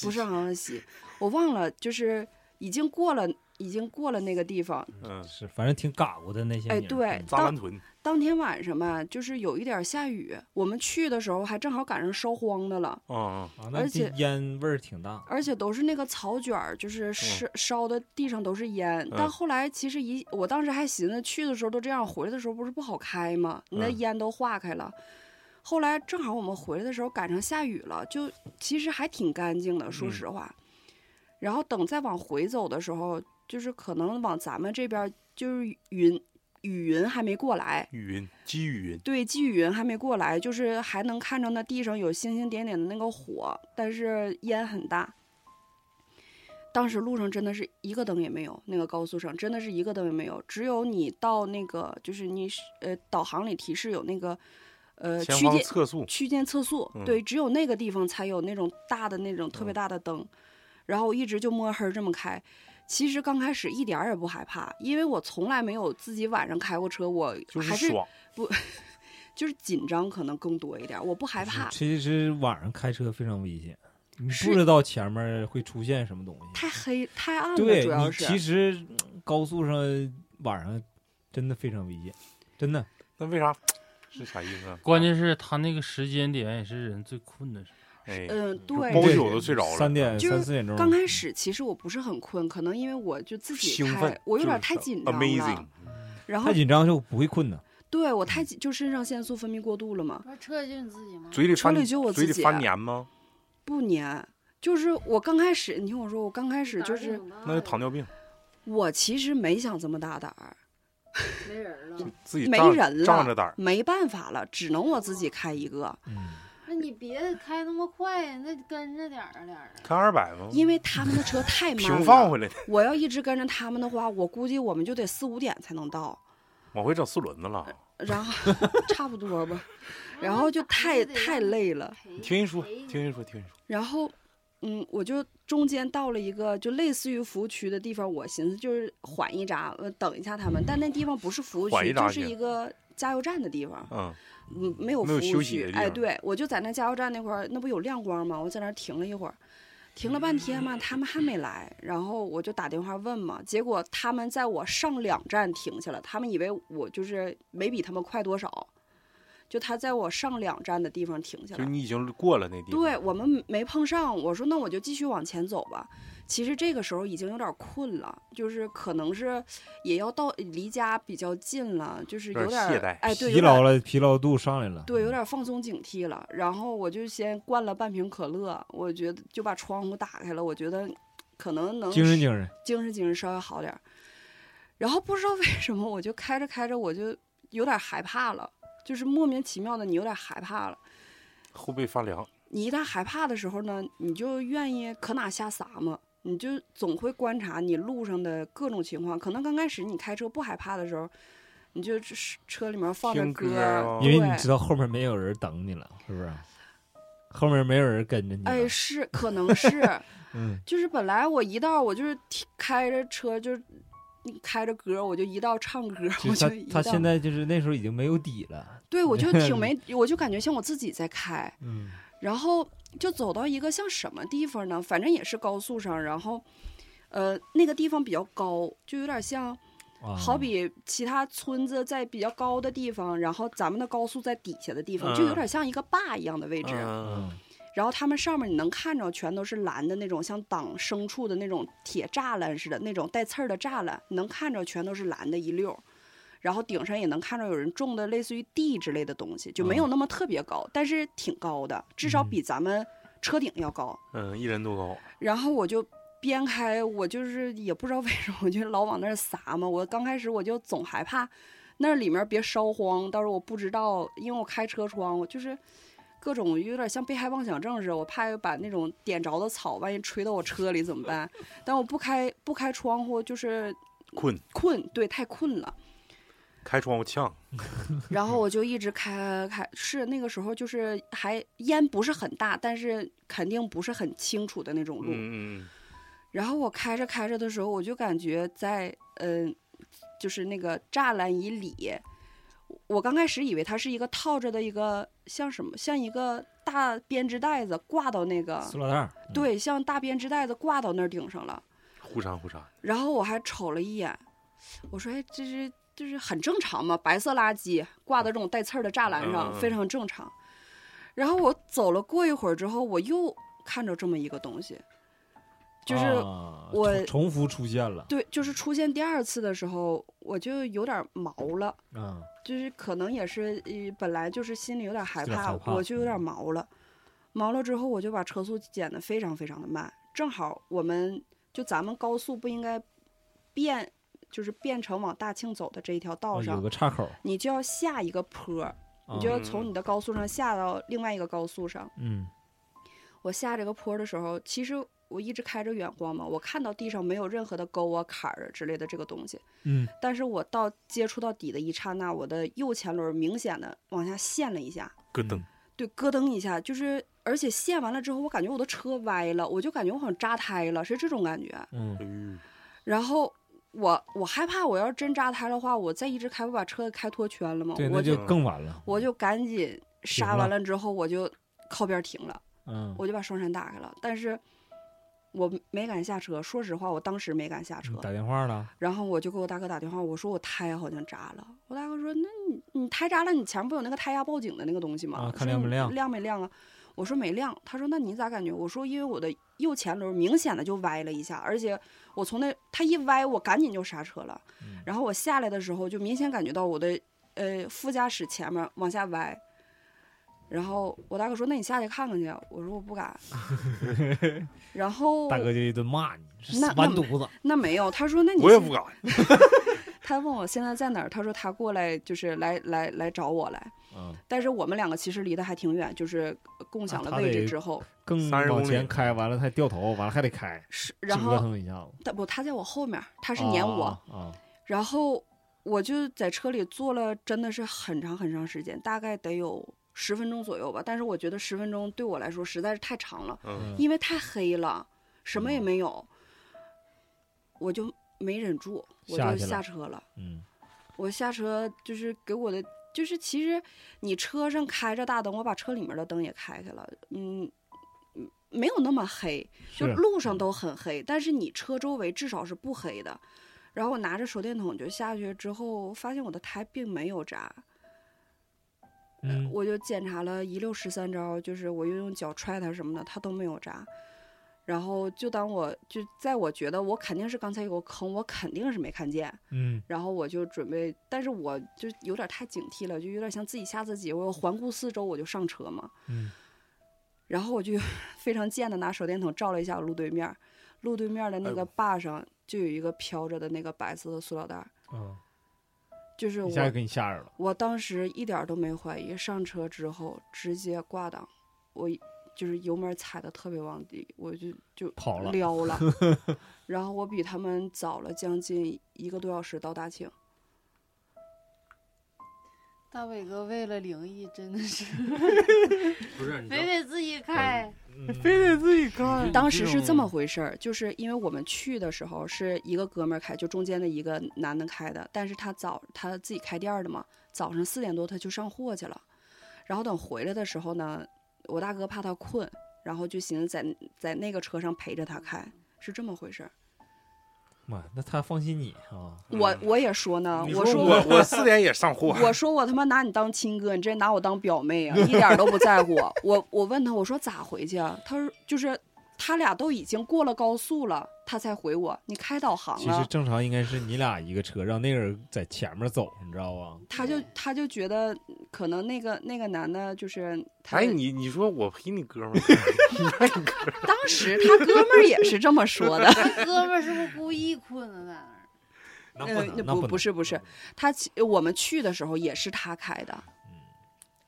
不是昂安西，我忘了，就是已经过了，已经过了那个地方。嗯，是反正挺嘎咕的那些哎，名儿对，嗯扎呃到兰屯，当天晚上吧，就是有一点儿下雨，我们去的时候还正好赶上烧荒的了，嗯啊，那而这且烟味儿挺大。而且都是那个草卷儿，就是烧、烧的地上都是烟。但嗯后来其实一，我当时还寻思去的时候都这样，回来的时候不是不好开吗？你那嗯烟都化开了。后来正好我们回来的时候赶上下雨了，就其实还挺干净的，说嗯实话。然后等再往回走的时候，就是可能往咱们这边儿就是云雨云还没过来，雨云，积雨云，对，积雨云还没过来，就是还能看着那地上有星星点点的那个火，但是烟很大。当时路上真的是一个灯也没有，那个高速上真的是一个灯也没有，只有你到那个就是你是呃导航里提示有那个呃前区方间测速，区间测速，嗯对，只有那个地方才有那种大的那种特别大的灯，然后我一直就摸黑儿这么开。其实刚开始一点儿也不害怕，因为我从来没有自己晚上开过车，我就还是爽，就是紧张可能更多一点，我不害怕，其实晚上开车非常危险，你是不知道前面会出现什么东西。太黑太暗了，对主要你是其实嗯高速上晚上真的非常危险，真的。那为啥是啥意思啊？关键是他那个时间点也是人最困的时候，哎，嗯就对包对宿都睡着了，三点就是三四点钟嗯刚开始其实我不是很困，可能因为我就自己兴奋开，，我有点就是太紧张了，amazing，，嗯然后太紧张就不会困的。对我太紧就肾上腺素分泌过度了嘛，不是车就你自己吗？嘴里车翻里就我嘴自里己翻粘吗？不粘。就是我刚开始，你听我说，我刚开始胆就儿是挺大那就呀糖尿病，我其实没想这么大胆儿，没人了。自己嗯没仗人了，仗着胆儿，没办法了，只能我自己开一哦个，嗯那你别开那么快呀，那跟着点儿啊点儿。开二百吧，因为他们的车太慢了。平放回来的，我要一直跟着他们的话，我估计我们就得四五点才能到，往回整四轮子了。然后 差不多吧，然后就太太累了。你听人说，听人说，听人说，然后，嗯，我就中间到了一个就类似于服务区的地方，我寻思就是缓一闸，呃，等一下他们。但那地方不是服务缓区，一闸就是行一个加油站的地方，嗯，嗯，没有没服有休务息的区地。哎，方对，我就在那加油站那块儿，那不有亮光吗？我在那儿停了一会儿。停了半天嘛，他们还没来，然后我就打电话问嘛，结果他们在我上两站停下了，他们以为我就是没比他们快多少，就他在我上两站的地方停下就了。你已经过了那地方，对我们没碰上，我说那我就继续往前走吧。其实这个时候已经有点困了，就是可能是也要到离家比较近了，就是有有点点懈怠哎，对，疲有点劳了，疲劳度上来了。对，有点放松警惕了。然后我就先灌了半瓶可乐，我觉得就把窗户打开了，我觉得可能嗯能精神精神，精神精神稍微好点儿。然后不知道为什么，我就开着开着我就有点害怕了，就是莫名其妙的你有点害怕了。后背发凉，你一旦害怕的时候呢，你就愿意可哪瞎撒嘛，你就总会观察你路上的各种情况。可能刚开始你开车不害怕的时候，你就车车里面放着听歌歌啊，因为对你知道后面没有人等你了，是不是？后面没有人跟着你了。哎，是可能是，嗯，就是本来我一到我就是提开着车就是嗯开着歌，我就一到唱歌，就我是就一他他到现在就是那时候已经没有底了。对我就 挺没，我就感觉像我自己在开，嗯，然后就走到一个像什么地方呢？反正也是高速上，然后，呃，那个地方比较高，就有点像，啊好比其他村子在比较高的地方，然后咱们的高速在底下的地方，就嗯有点像一个坝一样的位置。嗯，嗯，然后他们上面你能看着全都是蓝的那种，像挡牲畜的那种铁栅栏似的那种带刺儿的栅栏，能看着全都是蓝的一溜儿。然后顶上也能看着有人种的类似于地之类的东西，就没有那么特别高，但是挺高的，至少比咱们车顶要高。嗯，一人多高，然后我就边开，我就是也不知道为什么，我就老往那儿撒嘛。我刚开始我就总害怕那里面别烧荒，到时候我不知道，因为我开车窗，我就是各种有点像被害妄想症似的，我怕把那种点着的草万一吹到我车里怎么 办？但我不开不开窗户就是困，困，对，太困 了。开窗户呛，然后我就一直开开，是那个时候就是还烟不是很大，但是肯定不是很清楚的那种路。嗯嗯然后我开着开着的时候，我就感觉在嗯、就是那个栅栏以里，我刚开始以为它是一个套着的一个像什么，像一个大编织袋子挂到那个，塑料袋儿，啊对，像大编织袋子挂到那儿顶上了。嗯，忽闪忽闪，然后我还瞅了一眼，我说：“哎，这是就是很正常嘛，白色垃圾挂到这种带刺儿的栅栏上，嗯嗯嗯非常正常。”然后我走了过一会儿之后，我又看着这么一个东西，就是哦啊我重重复出现了。对，就是出现第二次的时候，我就有点毛了，嗯，就是可能也是呃本来就是心里有点害有点怕，害怕嗯我就有点毛了。毛了之后，我就把车速减得非常非常的慢，正好我们就咱们高速不应该变，就是变成往大庆走的这一条道哦有上，个岔口，你就要下一个坡儿，啊你就要从你的高速上下到另外一个高速上。嗯，我下这个坡的时候，其实我一直开着远光嘛，我看到地上没有任何的沟啊、坎儿啊之类的这个东西。嗯。但是我到接触到底的一刹那，我的右前轮明显的往下陷了一下，咯噔，对，咯噔一下，就是而且陷完了之后，我感觉我的车歪了，我就感觉我好像扎胎了，是这种感觉。嗯，哎呦然后我我害怕，我要是真扎胎的话，我再一直开，我把车开脱圈了嘛，对，那我就就更完了。我就赶紧刹停完了了之后，我就靠边停了。嗯，我就把双闪打开了，但是我没敢下车。说实话，我当时没敢下车嗯你。打电话了，然后我就给我大哥打电话，我说我胎好像扎了。我大哥说：“那你你胎扎了，你前面不有那个胎压报警的那个东西吗？啊看说亮不你亮亮没亮啊？”我说没亮。他说：“那你咋感觉？”我说：“因为我的右前轮明显的就歪了一下，而且我从那他一歪，我赶紧就刹车了。嗯然后我下来的时候，就明显感觉到我的呃副驾驶前面往下歪。”然后我大哥说：“那你下去看看去。”我说：“我 不敢。”然后大哥就一顿骂你，那死完犊子。哎那没有，他说：“那你我也下不敢，他问我现在在哪儿，他说他过来就是来来来找我来。啊，但是我们两个其实离得还挺远，就是共享了他位置得之后，更30往公前里开，完了还掉头，完了还得开，是然折后腾一下子。他不他在我后面，他他是撵我，啊，然后我就在车里坐了，真的是很长很长时间，大概得有十分钟左右吧。但是我觉得十分钟对我来说实在是太长了，嗯，因为太黑了，什么也嗯没有，我就没忍住，我下就去了下车了。嗯我下车就是给我的，就是其实你车上开着大灯，我把车里面的灯也开开了，嗯。嗯没有那么黑，就是路上都很黑，但是你车周围至少是不黑的。然后我拿着手电筒就下去之后，发现我的胎并没有扎，嗯，我就检查了一溜十三招，就是我又用脚踹它什么的，它都没有扎。然后就当我就在我觉得我肯定是刚才有个坑，我肯定是没看见，嗯，然后我就准备，但是我就有点太警惕了，就有点像自己吓自己。我环顾四周，我就上车嘛，嗯，然后我就 非常贱的拿手电筒照了一下路对面儿，路对面的哎那个坝上就有一个飘着的那个白色的塑料袋儿，嗯，就是我一下就给你吓着了。我当时一点儿都没怀疑，上车之后直接挂档，我一就是油门踩的特别往低，我就就跑了撩 了，然后我比他们早了将近一个多小时到大庆。大伟哥为了灵异真的是不是，你知非道得自己开，嗯嗯非得自己开。哎当时是嗯这么回事儿，就是因为我们去的时候是一个哥们儿开，就中间的一个男的开的，但是他早他自己开店儿的嘛，早上四点多他就上货去了，然后等回来的时候呢，我大哥怕他困，然后就寻思在在那个车上陪着他开，嗯是这么回事儿。妈，那他放心你啊？我我也说呢，你啊我说我我 我四点也上货，我说我他妈拿你当亲哥，你这拿我当表妹啊，一点儿都不在乎我。我我问他，我说咋回去啊？他说就是他俩都已经过了高速了，他才回我。你开导航啊其实了，正常应该是你俩一个车，让那个人在前面走，你知道吧？他就他就觉得可能那个那个男的就是他， 哎，你你说我陪你哥 们儿，当时他哥们儿也是这么说的。这哥们儿是不是故意困的在那儿？那呃能那那不能不是不是，他其我们去的时候也是他开的，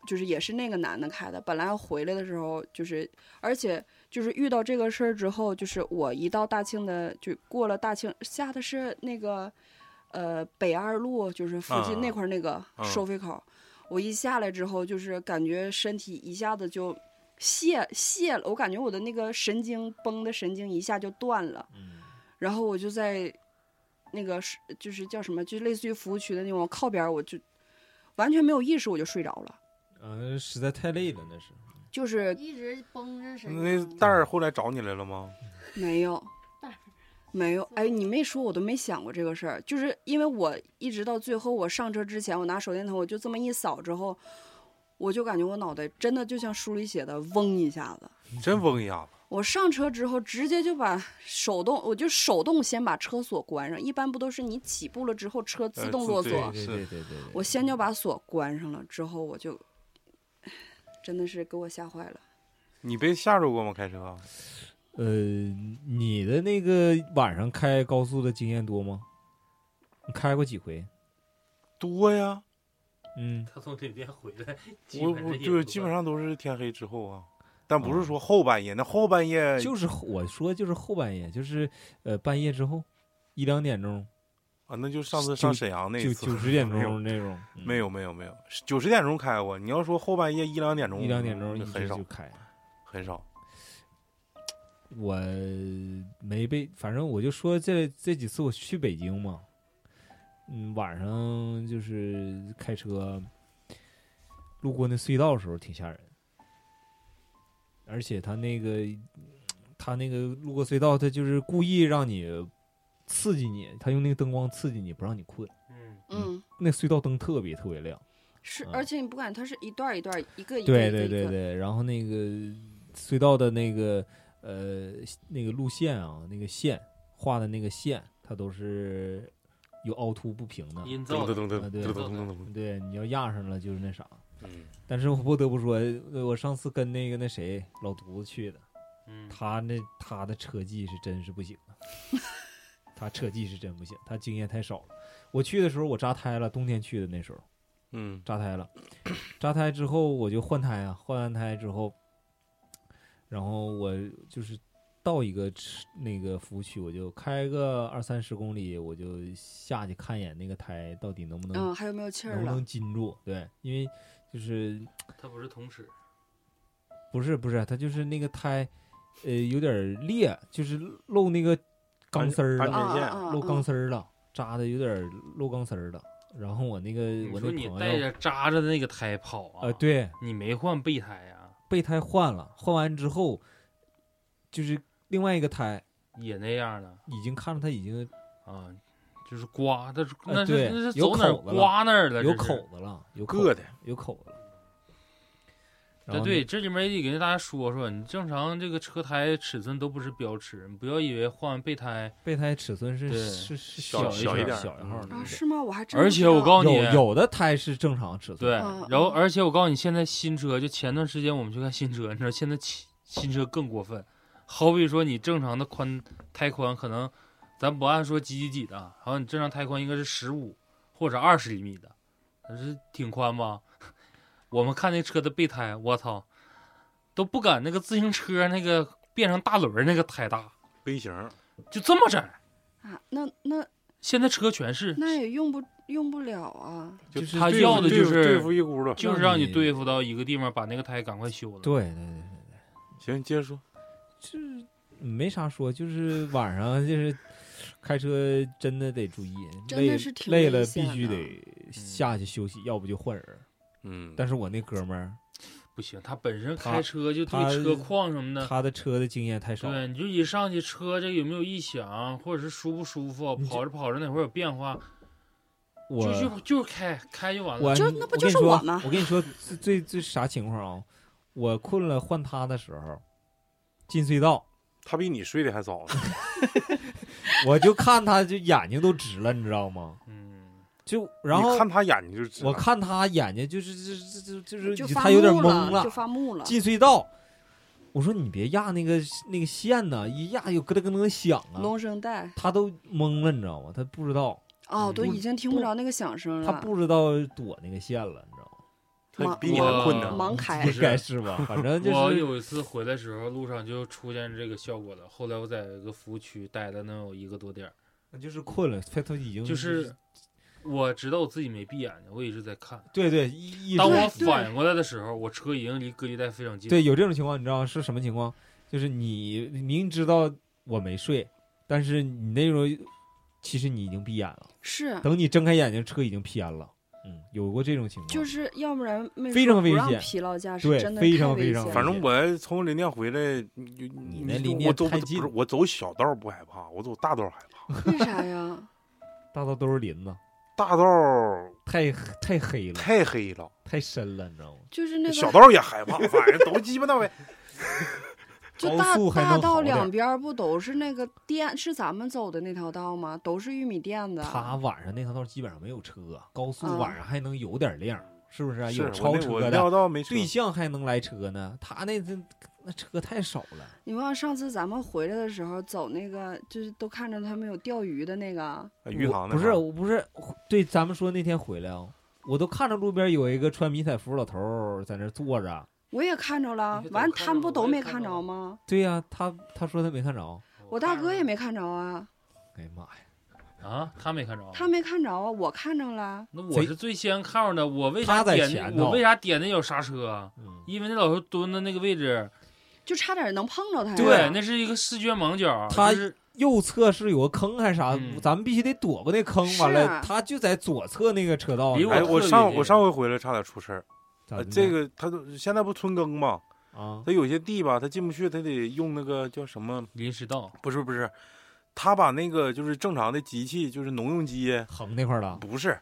就是也是那个男的开的。本来回来的时候就是，而且就是遇到这个事儿之后，就是我一到大庆的，就过了大庆，下的是那个呃北二路，就是附近那啊块儿那个啊收费口。我一下来之后，就是感觉身体一下子就泄泄了，我感觉我的那个神经绷的神经一下就断了。嗯然后我就在那个是就是叫什么，就类似于服务区的那种靠边儿，我就完全没有意识，我就睡着了。嗯，实在太累了，那是。 就是一直绷着神那经。蛋儿后来找你来了吗？没有，没有。哎，你没说，我都没想过这个事儿。就是因为我一直到最后，我上车之前，我拿手电筒，我就这么一扫之后，我就感觉我脑袋真的就像书里写的嗡一下子。真嗡一下子，我上车之后，直接就把 手动，我就手动先把车锁关上。一般不都是你起步了之后，车自呃动自落对锁？对是对对对，我先就把锁关上了，之后我就真的是给我吓坏了。你被吓着过吗？开车？啊呃，你的那个晚上开高速的经验多吗？你开过几回？多呀，嗯，他从酒店回来，基我本上我也对，不嗯基本管上都是天黑之后啊，但不是说后半夜，那后半夜就是后我说就是后半夜，就是呃半夜之后一两点钟，啊，那就上次就上沈阳那九一次，九十点 没有钟那种，嗯没有没有没有，九十点钟开过。你要说后半夜一两点嗯钟，一两点钟一那直很少就开。很少。我没被，反正我就说这这几次我去北京嘛，嗯，晚上就是开车路过那隧道的时候挺吓人，而且他那个他那个路过隧道，他就是故意让你刺激你，他用那个灯光刺激你，不让你困。嗯，嗯嗯，那隧道灯特别特别亮，是，嗯而且你不感觉它是一段儿一段儿，一个一个对一个对一对个对，然后那个隧道的那个呃那个路线啊，那个线画的那个线，它都是有凹凸不平的。噔阴噔造的噔噔啊噔对噔嗯噔噔对，你要压上了就是那啥。嗯，但是我不得不说，呃我上次跟那个那谁老犊子去的，嗯，他那 他的车技是真是不行啊，他车技是真不行，他经验太少了。我去的时候我扎胎了，冬天去的那时候，嗯，扎胎了，扎胎之后我就换胎啊，换完胎之后，然后我就是到一个吃那个服务区，我就开个二三十公里，我就下去看一眼那个胎到底能不能，嗯还有没有气儿能不了能禁住？对，因为就是它不是同时，不是不是，它就是那个胎，呃，有点儿裂，就是露那个钢丝儿了，安全线啊啊啊露嗯钢丝儿了，扎的有点儿露钢丝儿了。然后我那个你我说那你朋带友着扎着的那个胎跑啊？呃对，你没换备胎呀、备胎换了，换完之后就是另外一个胎也那样的已经看着它已经啊，就是刮，它是呃那对是那是有走哪儿口子了刮哪儿了，有这是口子了，有口硌子的有口子了。然这后对，这里面也得给大家说说，你正常这个车胎尺寸都不是标尺，你不要以为换完备胎，备胎尺寸是对是是小小点一点儿小一号的，啊，是吗？我还真而不且知我道告诉你有有的胎是正常尺寸，对，嗯然后而且我告诉你，现在新车就前段时间我们去看新车，你知道现在新新车更过分，好比说你正常的宽胎宽可能，咱不按说几几几的啊，好像你正常胎宽应该是十五或者二十厘米的，那是挺宽吧？ 我们看那车的备胎，我操，都不敢那个自行车那个变成大轮儿那个胎大，杯型就这么窄。啊，那那现在车全是，那也用不用不了啊。就是他对付要的对就付是对付一轱辘就是让让你你对付到一个地方，把那个胎赶快修了。对对对对。行，接着说。这没啥说，就是晚上就是开车真的得注意，真的累是挺累危了险必须的嗯得下去休息，要不就换人儿。嗯但是我那哥们儿不行，他本身他开车就他对车况什么的，他的车的经验太少，嗯对，你就一上去车这个有没有异响，或者是舒不舒服，跑着跑着哪会儿有变化，我就就就是开开就完我了。就那不我跟啊就你是说我吗我跟你说最最最啥情况啊？我困了换他的时候，进隧道他比你睡得还早呢。我就看他就眼睛都直了，你知道吗？嗯，就然后你看他眼睛就知道我看他眼睛就是就是就是就是就就发他有点木懵了，就发木了。进隧道，我说你别压那个那个线呐，一压有咯噔咯噔响啊，龙声带他都懵了，你知道吗？他不知道，哦，嗯都不已经听不不着那个响声了。他不知道躲那个线了，你知道吗？他忙比你还困我呢。忙开不应是该是吧？反正就我是有一次回来时候路上就出现这个效果了，后来我在一个服务区待了能有一个多点儿，就是困了，他他已经就是我知道我自己没闭眼睛，我一直在看。对对一一当我对反应过来的时候，我车已经离隔离带非常近。对，有这种情况，你知道是什么情况？就是你明知道我没睡，但是你那时候其实你已经闭眼了，是，等你睁开眼睛，车已经偏了。嗯，有过这种情况，就是要不然没非说常不危让险疲劳驾驶对真的非太常危非险常反了正我从林甸回来，你就你你那就林甸我走太不近是我走小道不害怕，我走大道害怕。为啥呀？大道都是林子，大道太太黑了，太黑了，太深了，你知道吗？就是那小个，道也害怕， 反正都鸡巴那呗。就高大速还大能道好点两儿边儿不都是那个店？是咱们走的那条道吗？都是玉米店子。他晚上那条道基本上没有车，高速啊晚上还能有点亮，是不是啊？是有我超那我车料的，到没车对象还能来车呢。他那这那车太少了，啊你忘了上次咱们回来的时候走那个，就是都看着他们有钓鱼的那个，呃鱼塘我那不是块儿我不是对咱们说那天回来啊，我都看着路边有一个穿迷彩服老头儿在那坐着。我也看着了你。是完，都看他着们不了都我也没看看着着了吗？对呀、他他说他没看着。我大哥也没没看着啊，哎呀妈呀，啊，他没看着，他没看着啊，我看着了。那贼我是最先看着的，我为他啥在点前那头我为啥点那脚刹车啊？嗯，因为那老头蹲的那个位置，就差点能碰着他呀。对，那是一个视觉盲角，他就是右侧是有个坑还是啥？嗯啊咱们必须得躲过那坑。是完了，他就在左侧那个车道。离哎，我我特别上近我上回回来差点出事儿，咋呃的呢这个他都现在不春耕嘛，啊，他有些地吧，他进不去，他得用那个叫什么？临时道，不是不是，他把那个就是正常的机器，就是农用机，横那块儿了。不是，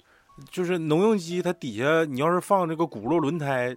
就是农用机，它底下你要是放这个轱辘轮胎，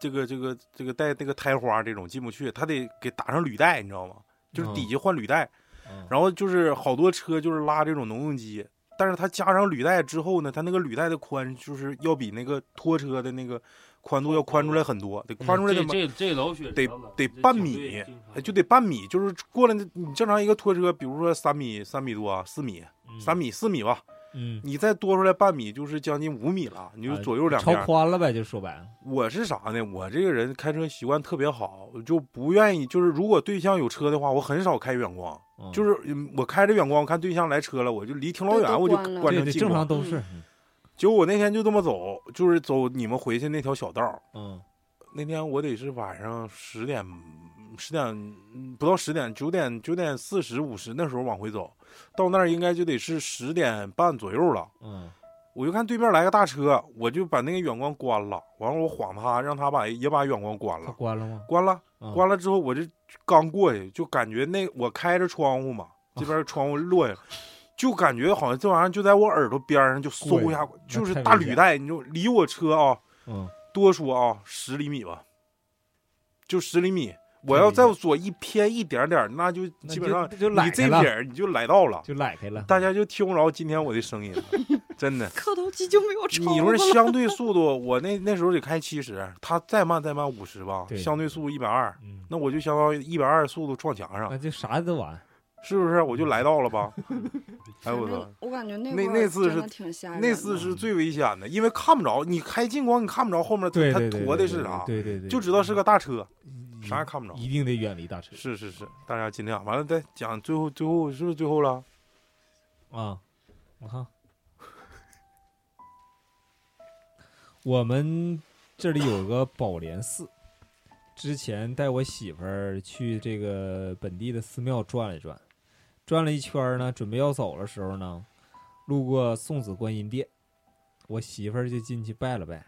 这个这个这个带这个胎花这种进不去，它得给打上履带，你知道吗？就是哦底下换履带，嗯然后就是好多车就是拉这种农用机，但是它加上履带之后呢，它那个履带的宽就是要比那个拖车的那个宽度要宽出来很多，得宽出来嗯这得这这老雪得着了得这半警米队经常哎就得半米，啊嗯就是过了那你正常一个拖车，比如说三米、三米多、四米、三米、四米吧，嗯，你再多出来半米就是将近五米了，哎你就左右两边。超宽了呗，就说白了。我是啥呢？我这个人开车习惯特别好，我就不愿意就是如果对象有车的话，我很少开远光，嗯就是嗯我开着远光，看对象来车了，我就离挺老对远，都我就关了关对成对，近正光常。都是。结果我那天就这么走，就是走你们回去那条小道儿。嗯那天我得是晚上十点，十点嗯不到十点，九点九点四十五十那时候往回走，到那儿应该就得是十点半左右了。嗯我就看对面来个大车，我就把那个远光关了，完了我晃他，让他把也把远光关他了，关了吗？关了，嗯关了之后我就刚过去，就感觉那我开着窗户嘛，啊这边窗户落下来，就感觉好像这玩意儿就在我耳朵边上就嗖一下，就是太危大险履带，你就离我车啊嗯，多说啊十厘米吧，就十厘米，我太要危再险左一偏一点点儿，那就那基就本上就你来这撇了，儿你就来 到了，就来开了。大家就听不着今天我的声音 了，真的。磕头机就没有超你过说了。相对速度，我那那时候得开七十，他再慢再慢五十吧，对相对速度一百二，嗯，那我就相当于一百二速度撞墙上，那就啥都完。是不是？我就来到了吧？哎反我操正！我感觉那那会儿那次真是的挺吓人的。那次是最危险的，因为看不着，你开近光你看不着后面对他对对，驮的对是对啥，对对对，就知道是个大车，一啥也看不着。一定得远离大车是是是，大家尽量。完了再讲最后最后是不是最后了？啊！我看， 我们这里有个宝莲寺，之前带我媳妇儿去这个本地的寺庙转了转，转了一圈儿呢，准备要走的时候呢，路过送子观音殿，我媳妇儿就进去拜了拜。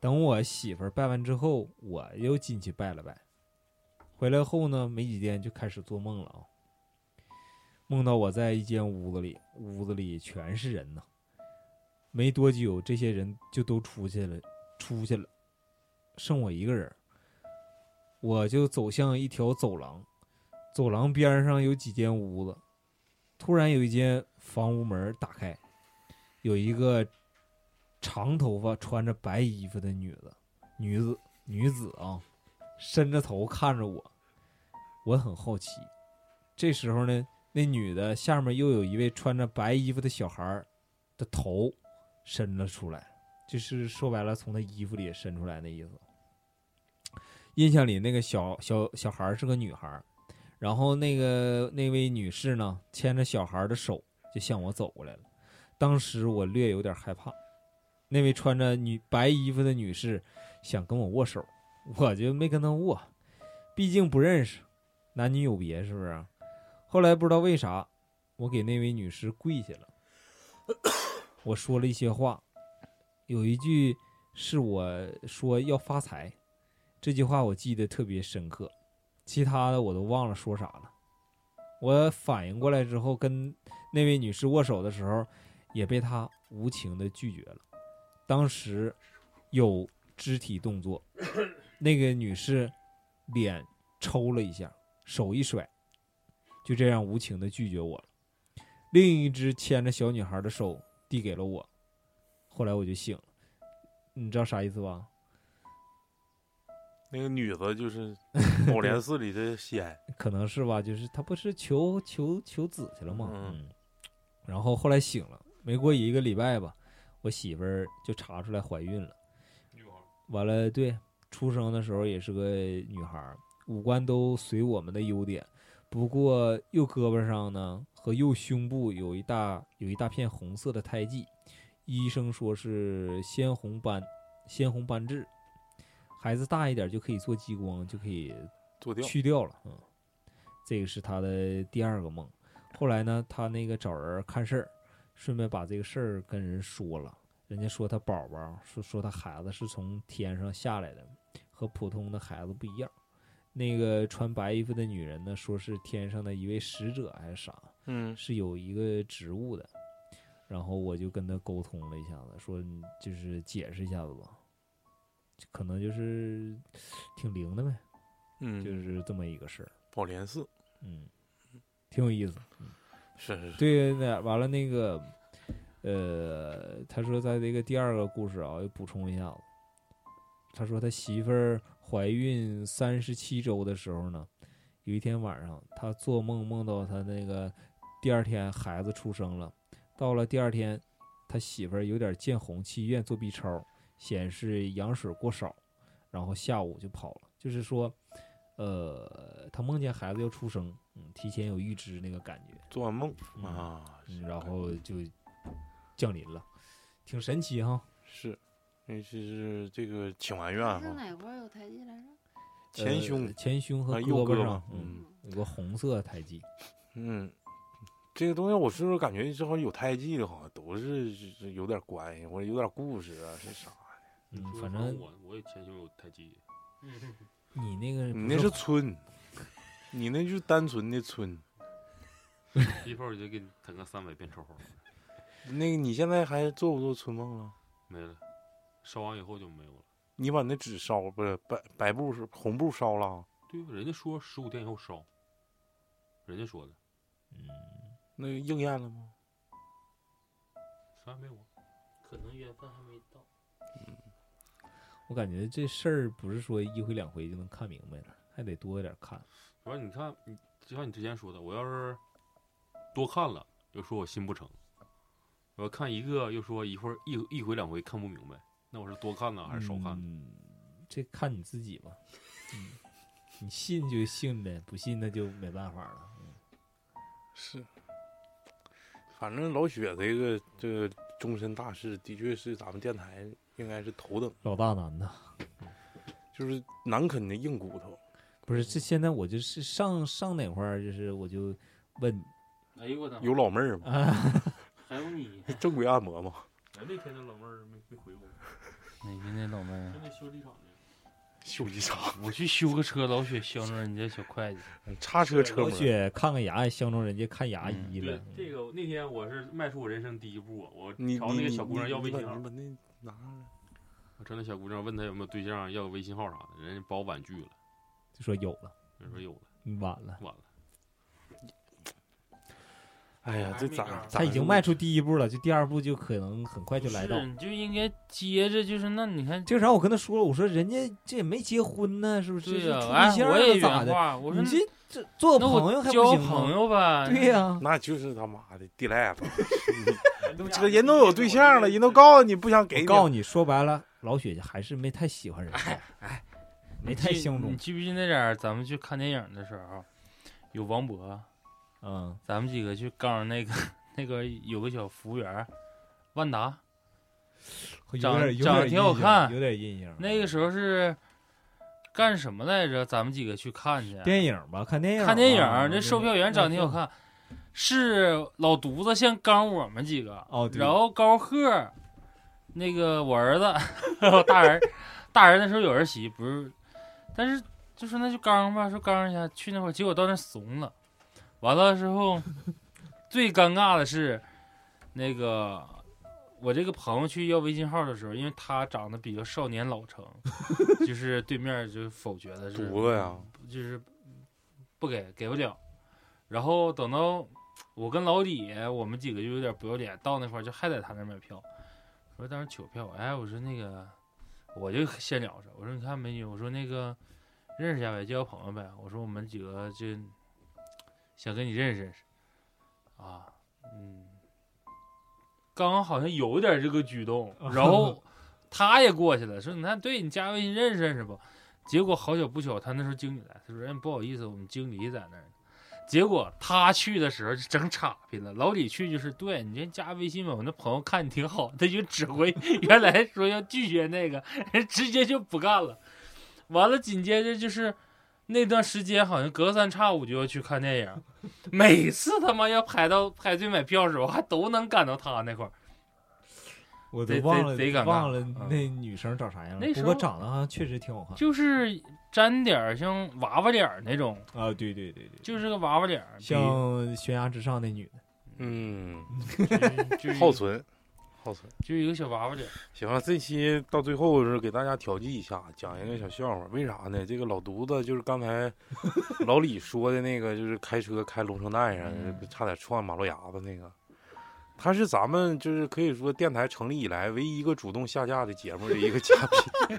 等我媳妇儿拜完之后，我又进去拜了拜。回来后呢，没几天就开始做梦了啊。梦到我在一间屋子里，屋子里全是人呐。没多久，这些人就都出去了，出去了，剩我一个人儿。我就走向一条走廊，走廊边上有几间屋子，突然有一间房屋门打开，有一个长头发、穿着白衣服的女子，女子，女子啊，伸着头看着我，我很好奇。这时候呢，那女的下面又有一位穿着白衣服的小孩儿的头伸了出来，就是说白了，从他衣服里伸出来的意思。印象里那个小小小孩儿是个女孩儿，然后那个那位女士呢，牵着小孩儿的手就向我走过来了。当时我略有点害怕，那位穿着女白衣服的女士想跟我握手，我就没跟她握，毕竟不认识，男女有别，是不是？后来不知道为啥，我给那位女士跪下了，我说了一些话，有一句是我说要发财，这句话我记得特别深刻，其他的我都忘了说啥了。我反应过来之后，跟那位女士握手的时候，也被她无情的拒绝了。当时有肢体动作，那个女士脸抽了一下，手一甩，就这样无情的拒绝我了。另一只牵着小女孩的手递给了我，后来我就醒了，你知道啥意思吧？那个女的就是 宝莲寺里的仙，可能是吧，就是他不是求求求子去了吗？嗯，然后后来醒了，没过一个礼拜吧，我媳妇儿就查出来怀孕了。完了，对，出生的时候也是个女孩儿，五官都随我们的优点，不过右胳膊上呢和右胸部有一大有一大片红色的胎记，医生说是鲜红斑，鲜红斑痣。孩子大一点就可以做激光，就可以做掉。去掉了。嗯，这个是他的第二个梦。后来呢，他那个找人看事儿，顺便把这个事儿跟人说了。人家说他宝宝，说说他孩子是从天上下来的，和普通的孩子不一样。那个穿白衣服的女人呢，说是天上的一位使者还是啥，嗯，是有一个职务的。然后我就跟他沟通了一下子，说你就是解释一下子吧，可能就是挺灵的呗。嗯，就是这么一个事儿，宝莲寺嗯，挺有意思。是是是，对，那完了那个，呃，他说在这个第二个故事啊，我又补充一下子，他说他媳妇儿怀孕三十七周的时候呢，有一天晚上他做梦梦到他那个第二天孩子出生了，到了第二天，他媳妇儿有点见红，去医院做 B 超，显示羊水过少，然后下午就跑了。就是说，呃，他梦见孩子要出生，嗯，提前有预知那个感觉，做完梦嗯啊，嗯然后就降临了，挺神奇哈。是，那是这个请完愿是哈，哪块儿有胎记来着？前呃胸前胸和啊右胳胳膊膊上，嗯，有个红色的胎记。嗯，这个东西我是不是感觉这好像有胎记的，好像都是是有点关系，或者有点故事啊，是啥？嗯说，反实话正我我也前胸有胎记， 你那个你不那是村，你那就是单纯的村。一会儿我就给你腾个三百变超，那个你现在还做不做春梦了？没了，烧完以后就没有了。你把那纸烧不是白白布是红布烧了？啊对，啊人家说十五天以后烧，人家说的，嗯那个应验了吗？啥也没有啊。可能缘分还没到。我感觉这事儿不是说一回两回就能看明白了，还得多点看。主要你看，你就像你之前说的，我要是多看了，又说我心不诚；我要看一个，又说一会儿一一回两回看不明白，那我是多看呢还是少看？嗯，这看你自己吧。嗯，你信就信呗，不信那就没办法了。是，反正老雪这个这个终身大事，的确是咱们电台应该是头等，老大难呐，就是难啃的硬骨头。不是这现在我就是上上哪块儿，就是我就问你哎呦我的妈，有老妹儿吗？ 啊，还有你，正规按摩吗？ 哎，那天那老妹儿没没回我，哪天那老妹儿啊？那修理厂的。修理厂我去修个车，老雪镶着你这小会计，叉车车老模，雪看看牙，相中人家看牙医对了。，这个那天我是迈出我人生第一步，啊我你朝你那个小姑娘你要你微把信号你，把那啊拿上来。我朝那小姑娘问她有没有对象，要个微信号啥的，人家把我婉拒了，就说有了，人说有了，你晚了。晚了。哎呀，还这没咋杆儿咋他已经说迈出第一步了，就第二步就可能很快就来到是。你就应该接着，就是那你看，这个啥？我跟他说了，我说人家这也没结婚呢，是不是？对这呀、是处对，哎象我也了原咋的？话，我说你这这做那朋友我还交不行朋吗？友吧，对呀、那就是他妈的地赖 子，你这人都有对象了，人都告诉你不想给我哎你，告诉你说白了，老雪还是没太喜欢人家，没太记相哎你中。记不记那点儿咱们去看电影的时候，有王博，嗯，咱们几个去告诉那个 那个有个小服务员儿，万达，有长点有长点得挺好印象看有点啊印象。那个时候是干什么来着？咱们几个去看去电影吧，看电影吧，看电影啊儿，这售票员长得挺好。看，是老犊子先刚我们几个，哦对然后高贺，那个我儿子， 我大儿，大儿那时候有儿媳不是，但是就说那就刚吧，说刚一下去那会儿，结果到那儿怂了，完了之后，最尴尬的是，那个我这个朋友去要微信号的时候，因为他长得比较少年老成， 就是对面就否决了，是犊子呀！就是不给给不了。然后等到我跟老李，我们几个就有点不要脸，到那块儿就还在他那儿买票。我说当时取票，哎，我说那个我就先聊着，我说你看美女，我说那个认识一下呗，交个朋友呗。我说我们几个就想跟你认识认识啊，嗯，刚刚好像有点这个举动，然后他也过去了，说你看，对你加微信认识认识不？结果好巧不巧，他那时候经理来，他说：“哎，不好意思，我们经理在那儿呢。”结果他去的时候就整岔劈了，老李去就是对你这加微信吧，我那朋友看你挺好，他就指挥原来说要拒绝那个， 人直接就不干了。完了，紧接着就是那段时间，好像隔三差五就要去看电影，每次他妈要排到排队买票的时候，还都能赶到他那块儿。我都贼忘贼贼了尴尬忘了嗯那女生长啥样了那，时不候过长得好像确实挺好看就是沾点儿像娃娃脸儿那种，啊！对对对对，就是个娃娃脸儿，比像悬崖之上那女的，嗯，就是 好存，好存。就是一个小娃娃脸儿。行啊，这期到最后是给大家调剂一下，讲一个小笑话。为啥呢？这个老犊子就是刚才老李说的那个，就是开车开龙城带上，嗯差点撞马路牙子那个。他是咱们就是可以说电台成立以来唯一一个主动下架的节目的一个嘉宾，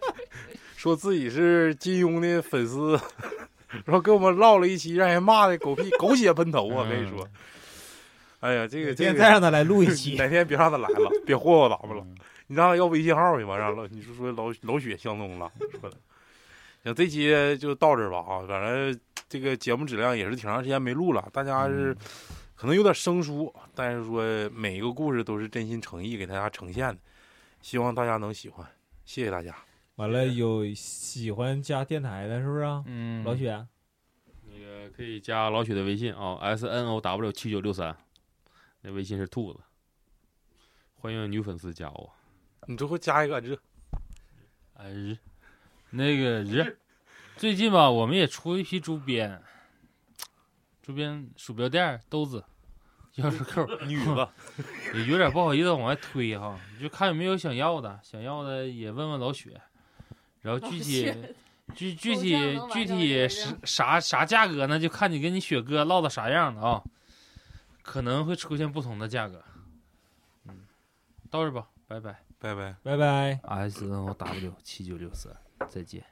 说自己是金庸的粉丝，然后跟我们唠了一期，让人骂的狗屁狗血喷头啊！可以说，哎呀，这个哪这天个，再让他来 录一期哪天别让他来了，别霍霍咱们了。你让他要微信号去，完事儿了，你是说老老雪相中了，说的。行，这期就到这儿吧啊，反正这个节目质量也是挺长时间没录了，大家是可能有点生疏，但是说每一个故事都是真心诚意给大家呈现的，希望大家能喜欢，谢谢大家。完了，有喜欢加电台的，是不是啊？嗯老雪，那个可以加老许的微信啊，S N O W 七九六三，那微信是兔子，欢迎女粉丝加我。你最后加一个这，哎日，那个日，最近吧，我们也出一批周边，周边鼠标垫儿、兜子、钥匙扣、女子，也有点不好意思往外推哈，就看有没有想要的，想要的也问问老雪，然后具体老雪具具偶像体能玩具到体这是样啥啥价格呢？就看你跟你雪哥唠到啥样了啊，可能会出现不同的价格。嗯，到这吧，拜拜拜拜。拜拜。 ，S N O W 七九六四，再见。